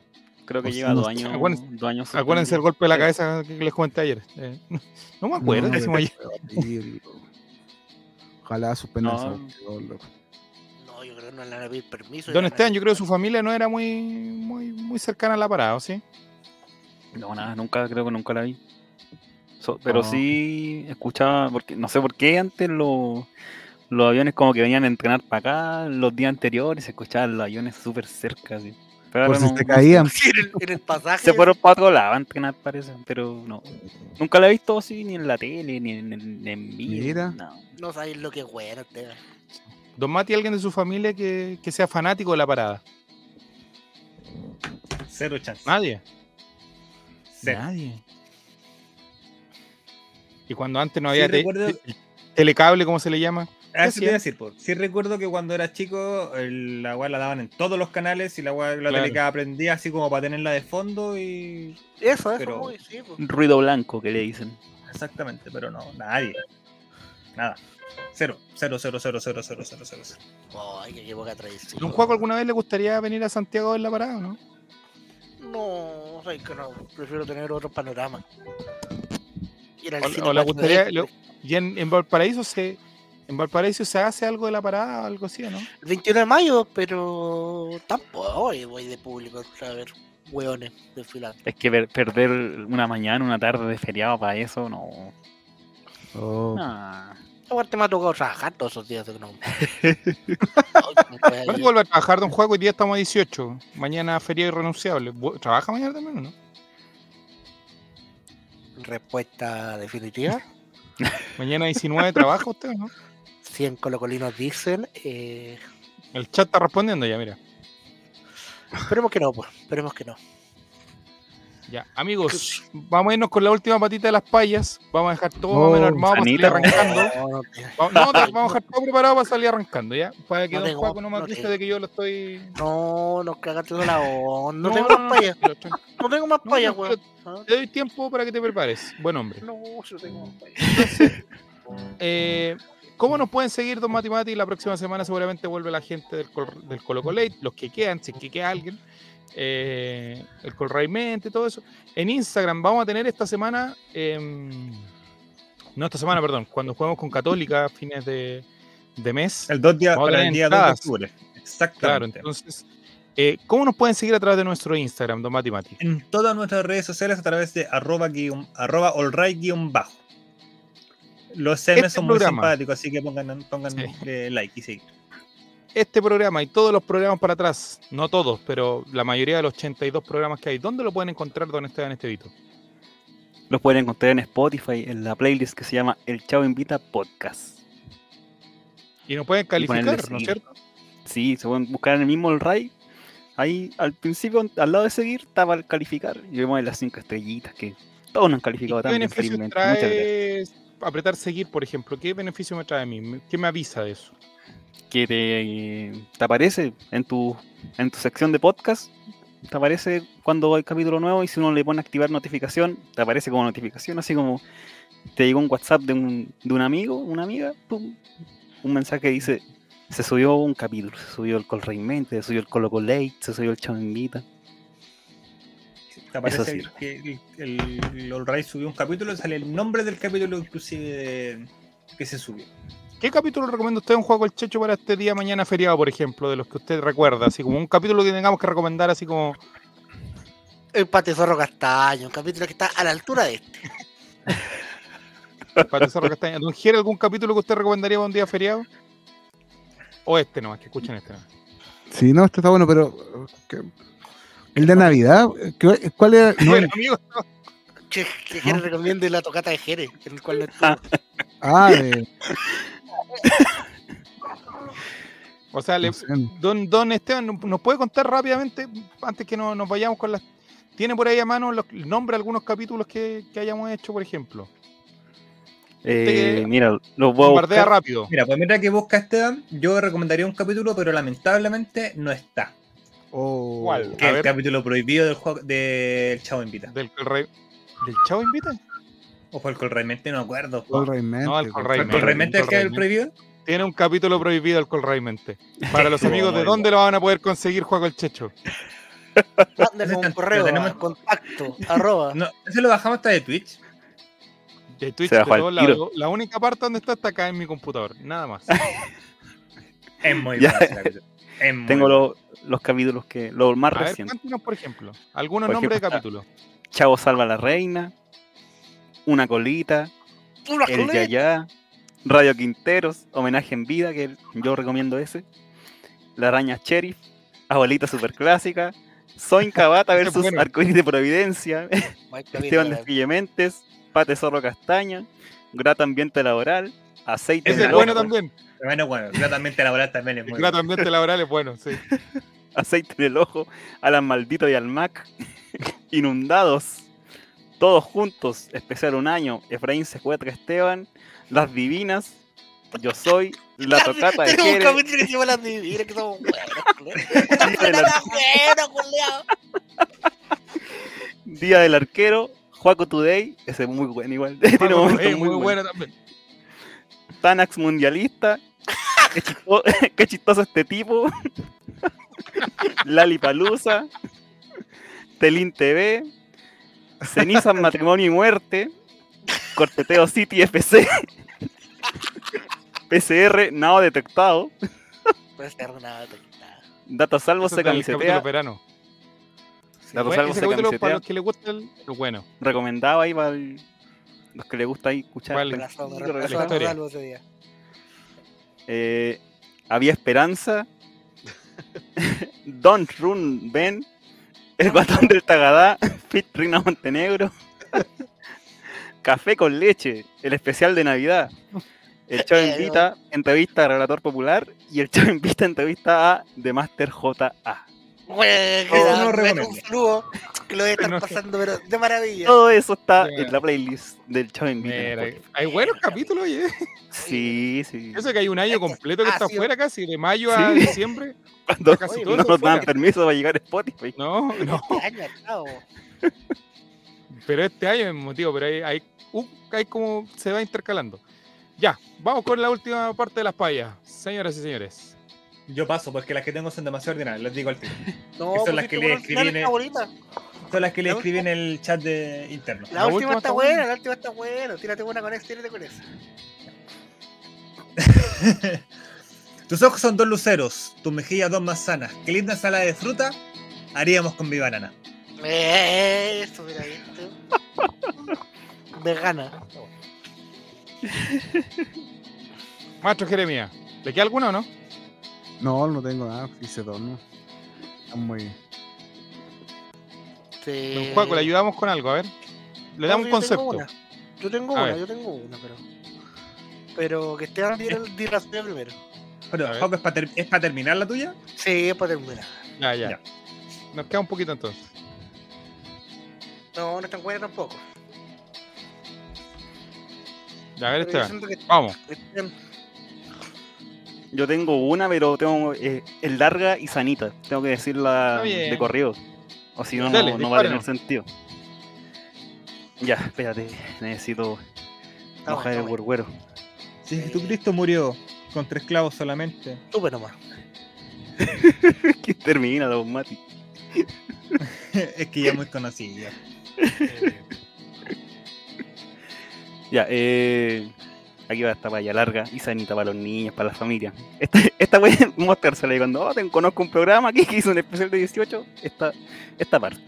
D: Creo que
H: Pues
D: lleva
H: no
D: dos
H: sé,
D: años.
B: acuérdense-
D: dos años
B: Acuérdense el
D: suspendido.
B: golpe de la cabeza que les comenté ayer. Eh, no, no me acuerdo.
H: No, pero
B: decimos ayer.
H: fue horrible, loco. Ojalá suspendan esa
D: No.
H: cuestión, loco.
C: no, yo creo que no le van a pedir permiso.
B: Don
C: y le van a
B: Esteban,
C: decir,
B: yo creo que su familia no era muy, muy, muy cercana a la parada, ¿o sí?
D: No, nada, nunca, creo que nunca la vi. So- pero
H: No.
D: sí escuchaba, porque no sé por qué antes lo- los aviones como que venían a entrenar para acá los días anteriores, se escuchaban los aviones súper cerca. así. Pero
H: Por
D: ahora
H: si
D: no-
H: se
D: no sé.
H: caían.
C: en el, en el pasaje.
D: Se fueron para otro lado a entrenar, parece, pero no. Nunca la he visto así, ni en la tele, ni en, en, en vivo,
H: Mira.
D: no.
C: No sabéis lo que es bueno, Esteban.
B: Don Mati, alguien de su familia que, que sea fanático de la parada.
A: Cero chance.
C: Ah,
B: Nadie.
A: Cero.
B: Nadie. Y cuando antes no
A: Sí,
B: había te-
A: recuerdo-
B: te- telecable, ¿cómo se le llama?
A: Ah, eso te iba a decir, po. Sí recuerdo que cuando era chico, el- la weá la daban en todos los canales y la weá la
B: Claro.
A: tele que aprendía así como para tenerla de fondo y.
C: Eso, eso,
A: Pero-
C: muy, sí, pues.
D: Ruido blanco que le dicen.
A: Exactamente, pero no, nadie. Nada. Cero, cero, cero, cero, cero, cero, cero, cero. cero.
C: Ay, qué- qué poca tradición.
B: ¿Don Juaco alguna vez le gustaría venir a Santiago en la parada, no?
C: No, sabes que no, prefiero tener otro panorama. Ir al
B: O,
C: cine
B: o le
C: más
B: gustaría.
C: lejos.
B: le- y en, en Valparaíso se. En Valparaíso se hace algo de la parada o algo así, ¿o ¿no?
C: El 21 de mayo, pero tampoco voy, voy de público a ver hueones desfilando.
D: Es que per- perder una mañana, una tarde de feriado para eso, no. Ah.
H: Oh,
D: Nah.
C: Aparte me ha tocado trabajar todos esos días. así que No.
B: ¿Cuándo vuelve a trabajar, don Juaco? Hoy día estamos a 18. Mañana feria irrenunciable. Bu- ¿Trabaja mañana también o no?
C: Respuesta definitiva.
B: Mañana 19 trabaja usted, ¿no?
C: 100 colocolinos dicen. eh,
B: El chat está respondiendo ya, mira.
C: esperemos que no, pues. Esperemos que no.
B: Ya, amigos, vamos a irnos con la última patita de las payas. Vamos a dejar todo más o menos
H: Oh,
B: armado para salir
D: Anita.
B: arrancando.
C: No, no, te-
B: Vamos, no, te- vamos a dejar todo preparado para salir arrancando, ¿ya? Para que
C: No
B: Don
C: tengo,
B: Juaco no me
C: no
B: acuse
C: tengo.
B: de que yo lo estoy.
C: no, no cagaste toda la onda. No, tengo
B: no,
C: más payas.
B: tranquilo, tranquilo.
C: No tengo más
B: No,
C: payas,
B: no,
C: weón.
B: Te doy tiempo para que te prepares, buen hombre.
C: No, yo tengo más payas.
B: Eh, ¿Cómo nos pueden seguir, Don Mati Mati? La próxima semana seguramente vuelve la gente del, Col- del Colo Colate, los que quedan, si es que queda alguien, eh, el Colray Mente, todo eso. En Instagram vamos a tener esta semana, em, no esta semana, perdón, cuando jugamos con Católica a fines de, de mes.
A: El, dos días,
B: Vamos a
A: para
B: tener
A: el día 2 de
B: entradas.
A: octubre.
B: Claro,
A: Exactamente.
B: entonces, eh, ¿cómo nos pueden seguir a través de nuestro Instagram, Don Mati Mati?
A: en todas nuestras redes sociales a través de arroba, guión- arroba allright guión bajo. Los CM
B: Este
A: son muy
B: programa.
A: simpáticos, así que pongan, pongan
B: Sí.
A: eh, like y seguir.
B: Este programa y todos los programas para atrás, no todos, pero la mayoría de los 82 programas que hay, ¿dónde lo pueden encontrar, Don Esteban Estevito?
D: Los pueden encontrar en Spotify, en la playlist que se llama El Chavo Invita Podcast.
B: Y nos pueden
D: Y ponerle
B: calificar, ¿no es
D: seguir.
B: cierto?
D: Sí, se pueden buscar en el mismo el Ray. Ahí al principio, al lado de seguir, estaba el calificar. Y vemos ahí las cinco estrellitas que todos nos han
B: ¿Y
D: calificado
B: ¿Qué
D: también.
B: beneficio
D: felizmente. Muchas gracias.
B: trae apretar seguir, por ejemplo? ¿Qué beneficio me trae a mí? Me- ¿Qué me avisa de eso?
D: Que te, eh, te aparece en tu, en tu sección de podcast. Te aparece cuando hay capítulo nuevo y si uno le pone activar notificación, te aparece como notificación, así como te llegó un WhatsApp de un, de un amigo, una amiga, pum, un mensaje que dice, se subió un capítulo, se subió el Col Rey Mente, se subió el Colo Colate, se subió el Chavo Invita.
A: Te aparece
D: sí.
A: que el, el Allright subió un capítulo, sale el nombre del capítulo inclusive de- que se subió.
B: ¿Qué capítulo recomienda usted un juego el Checho para este día mañana feriado, por ejemplo, de los que usted recuerda? Así como un capítulo que tengamos que recomendar, así como
C: El Patezorro Castaño, un capítulo que está a la altura de este.
B: para Cerro Castaña. ¿Don Jere, algún capítulo que usted recomendaría para un día feriado? O este nomás, que escuchen este nomás.
H: Sí, no, esto está bueno, pero. eh, que- El de Navidad, eh, que- ¿cuál era? No,
B: Bueno, amigos,
C: Che, que Jere recomiende la tocata de Jere, en el cual no estuvo.
H: ah, de-
B: o sea, le-
H: no sé, no.
B: don, don Esteban, ¿nos- ¿nos puede contar rápidamente, antes que no- nos vayamos con las... ¿Tiene por ahí a mano los nombres de algunos capítulos que, que hayamos hecho, por ejemplo?
D: Eh,
B: Este-
D: mira, los voy a
B: Bombardea
D: buscar.
B: rápido.
A: Mira, pues mientras que busca Esteban, yo recomendaría un capítulo, pero lamentablemente no está.
H: Oh,
B: ¿Cuál?
A: Que
B: A
A: es el
B: ver,
A: capítulo prohibido del juego del Chavo Invita.
B: del, Colray- ¿Del Chavo Invita?
A: O fue el Col Realmente, no me acuerdo.
H: Col Realmente,
B: No, el
H: pues.
A: ¿Fue el Col Realmente el que es el prohibido?
B: Tiene un capítulo prohibido alcohol Raimente. Para los amigos, ¿de
A: Muy
B: dónde lo van a poder conseguir, Juego el Checho?
C: Mándenos un correo,
A: Lo tenemos-
C: a contacto, arroba.
A: No, ese lo bajamos hasta de Twitch.
B: De Twitch,
D: Se
B: de
D: bajó al
B: todos lados.
D: tiro.
B: La única parte donde está está acá en mi computador. Nada más.
A: Es muy
D: Ya.
A: fácil. la cosa. Es muy
D: Tengo
A: bueno.
D: los, los capítulos que, los más
B: A ver,
D: recientes.
B: cuéntanos, por ejemplo, algunos
D: Por
B: nombres de
D: ejemplo,
B: capítulos.
D: Chavo salva a la reina, Una colita,
C: Una
D: El
C: coleta.
D: Yaya, Radio Quinteros, Homenaje en Vida, que yo recomiendo ese, La Araña Sheriff, Abuelita Superclásica, Soin Cabata
B: Ese es
D: versus
B: bueno. eh.
D: Arcoíris de Providencia,
C: Ay, qué
D: Esteban
C: linda,
D: Destillementes, Pate Zorro Castaña, Grata Ambiente Laboral, Aceite
B: Ese
D: de
B: es bueno
D: López,
B: también.
A: Bueno, bueno, gratamente laboral también es
B: El
A: muy
B: grato ambiente laboral es bueno, sí.
D: Aceite en el Ojo, Alan Maldito y al Mac, Inundados, Todos Juntos, Especial Un Año, Efraín Secuetra Esteban, Las Divinas, Yo Soy, La Tocata de
C: Tenemos un
D: Jerez,
C: capítulo que se llama Las Divinas, que somos buenos, culiao.
D: Día del
C: Somos buenos, culiao.
D: Día del Arquero, Juaco Today, ese es muy bueno igual. Tiene
B: Juego
D: momentos
B: Rey,
D: muy, buenos.
B: bueno también.
D: Tanax Mundialista, qué, chisto- qué chistoso este tipo. Lali Palusa, Telín TV, Cenizas Matrimonio y Muerte, Corteteo City FC, PCR Nao Detectado,
C: Puede ser nada, nada.
D: Data Salvo
B: Ese
D: se
B: es del capítulo
D: camisetea,
B: verano. Sí,
D: Dato
B: bueno,
D: Salvo
B: ese
D: se
B: capítulo para
D: camisetea.
B: los que les gusta el es bueno.
D: recomendado ahí para el- los que les gusta ahí escuchar.
B: Vale.
C: Corazón,
D: tranquilo,
C: corazón,
D: relajado.
B: historia.
C: salvo ese día.
D: Eh, había esperanza. Don't Run Ben. El guatón del Tagadá. Fit Rina Montenegro. Café con leche. El especial de Navidad. El Chavo
C: Eh,
D: Invita, entrevista a Relator Popular. Y el Chavo Invita, entrevista a The Master JA.
C: Güey, que
A: Todo
C: la-
A: no
C: un
A: recomiendo.
C: saludo que lo debe
B: Oh, No,
C: estar
B: que-
C: pasando, pero de maravilla.
D: Todo eso está
B: Mira.
D: en la playlist del Chavo Invita. en
B: Mira,
D: Spotify.
B: hay buenos capítulos, oye.
D: Sí, sí.
B: Eso que hay un año completo que
C: Ah,
B: está
C: sí.
B: afuera casi, de mayo a
D: Sí.
B: diciembre.
D: Cuando
B: casi
D: no
B: todo eso
D: nos dan
B: fuera.
D: permiso para llegar a Spotify.
B: No, no.
C: Este año, chao.
B: Pero este año es motivo, pero hay, hay, un- hay como se va intercalando. Ya, vamos con la última parte de las payas, señoras y señores.
A: Yo paso porque las que tengo son demasiado ordinarias, les digo al tiro.
C: No,
A: Que son
C: pues
A: las
C: si
A: que
C: tú
A: le
C: conoces- dale,
A: escribí en-
C: está bonita.
A: Son las que le
C: La
A: escribí en el chat de interno.
C: La,
B: La
C: última,
B: última
C: está
B: está
C: buena,
B: buena.
C: la última está buena. Tírate buena con esa, tírate con esa.
A: Tus ojos son dos luceros, tus mejillas dos manzanas. Qué linda sala de fruta haríamos con mi banana.
C: Eh, Eso, mira, ¿viste? Vegana.
B: Maestro Jeremia, ¿le queda alguna o no?
H: No, no tengo nada. Hice dos, ¿no? Están muy bien.
C: Sí.
B: Don Juaco, le ayudamos con algo, a ver. Le damos un
C: Eh, No, yo
B: concepto.
C: tengo una. Yo tengo
B: A
C: una,
B: ver.
C: yo tengo una, pero. Pero que Esteban diera el diera la suya primero.
A: Pero,
B: A ver.
A: Joco, ¿es para terminar la tuya?
C: Sí, es para terminar.
B: Ya, ya,
A: Ya.
B: Nos queda un poquito entonces.
C: No, no es tan buena tampoco.
B: Ya, a ver,
C: Pero yo
B: Esteban.
C: siento que
B: Vamos.
C: Esteban-
D: Yo tengo una, pero tengo eh, es larga y sanita. Tengo que decirla
B: Está bien.
D: de corrido. O si no,
B: Dale,
D: no, no va a
B: dispara.
D: tener sentido. Ya, espérate. Necesito
C: Está bueno,
D: mojar el
C: está bueno.
D: gorguero.
A: Si
C: eh,
A: Jesucristo murió con tres clavos solamente.
C: Tuve nomás.
D: que termina, don Mati.
A: es que ya es muy conocido.
D: Ya, eh, aquí va esta valla larga y sanita para los niños, para la familia. Esta, esta voy a mostrársela y cuando oh, te- conozco un programa aquí que hizo un especial de 18, esta, esta parte.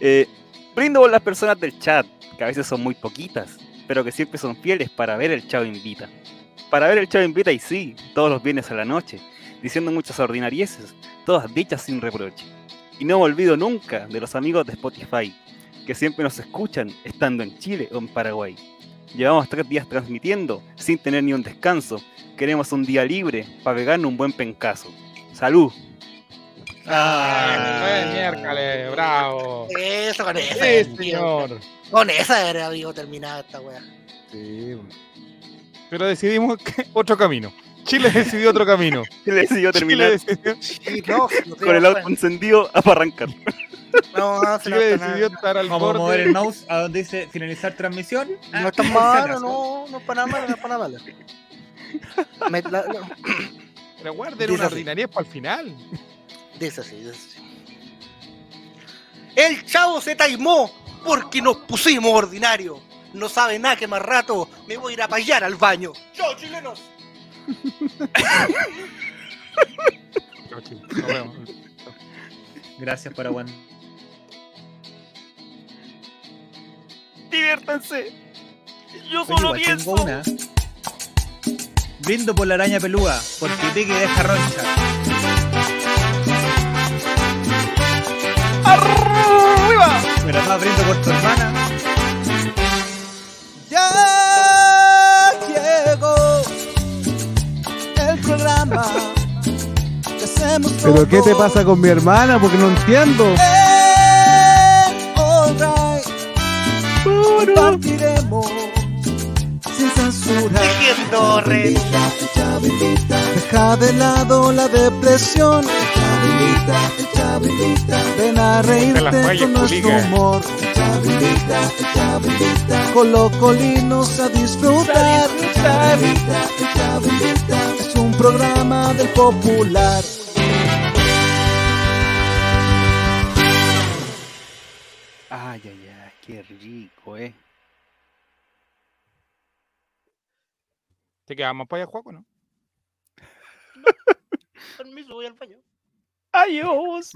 D: Eh, brindo por las personas del chat, que a veces son muy poquitas, pero que siempre son fieles para ver el Chavo Invita. Para ver el Chavo Invita y sí, todos los viernes a la noche, diciendo muchas ordinarieces, todas dichas sin reproche. Y no me olvido nunca de los amigos de Spotify, que siempre nos escuchan estando en Chile o en Paraguay. Llevamos tres días transmitiendo sin tener ni un descanso. Queremos un día libre para pegarnos un buen pencazo. Salud.
C: Ah.
A: Ah,
B: Bien, miércoles, bravo.
C: Eso con esa.
B: Sí,
C: tío.
B: señor.
C: Con esa era, amigo, terminada esta weá.
H: Sí, bueno.
B: Pero decidimos que- otro camino. Chile decidió otro camino.
D: Y le decidió
B: Chile
D: terminar
B: decidió,
C: Sí, no, si no te
D: con el
C: digo,
D: auto encendido a arrancar.
C: No, no, se
B: Chile
C: no está
B: decidió
C: nada.
B: estar al
A: Vamos a mover
B: borde.
A: el mouse a donde dice finalizar transmisión. Ah,
C: No es tan malo, no, no es para nada malo, no es para nada malo. Me- la- no.
B: Pero guarden una
C: Dice así.
B: ordinaria para el final.
C: Dice así, dice así. El chavo se taimó porque nos pusimos ordinario. No sabe nada que más rato me voy a ir a payar al baño. ¡Chao, chilenos!
B: Chao, Chile. Nos vemos.
A: Gracias por aguantar.
D: Diviértanse. Yo
A: Pero igual tengo una. Brindo por la araña pelúa, porque te que deja roncha. Pero más brindo por tu hermana.
E: Ya llegó el programa. que hacemos
H: ¿Pero qué te
E: todos
H: pasa con mi hermana? Porque no entiendo.
E: en All Right. Compartiremos sin censura.
C: Tejiendo red.
E: Deja de lado la depresión. Chabelita, chabelita, ven a
B: Te las
E: reírte
B: falles,
E: con nuestro
B: culica.
E: humor. Chabelita, chabelita, con colocolinos a disfrutar. Chabelita, chabelita, es un programa del popular.
D: Ay, ay, ay, qué rico, eh.
B: ¿Te quedamos para allá, Juaco, no?
C: Permiso, voy al baño.
D: Adiós.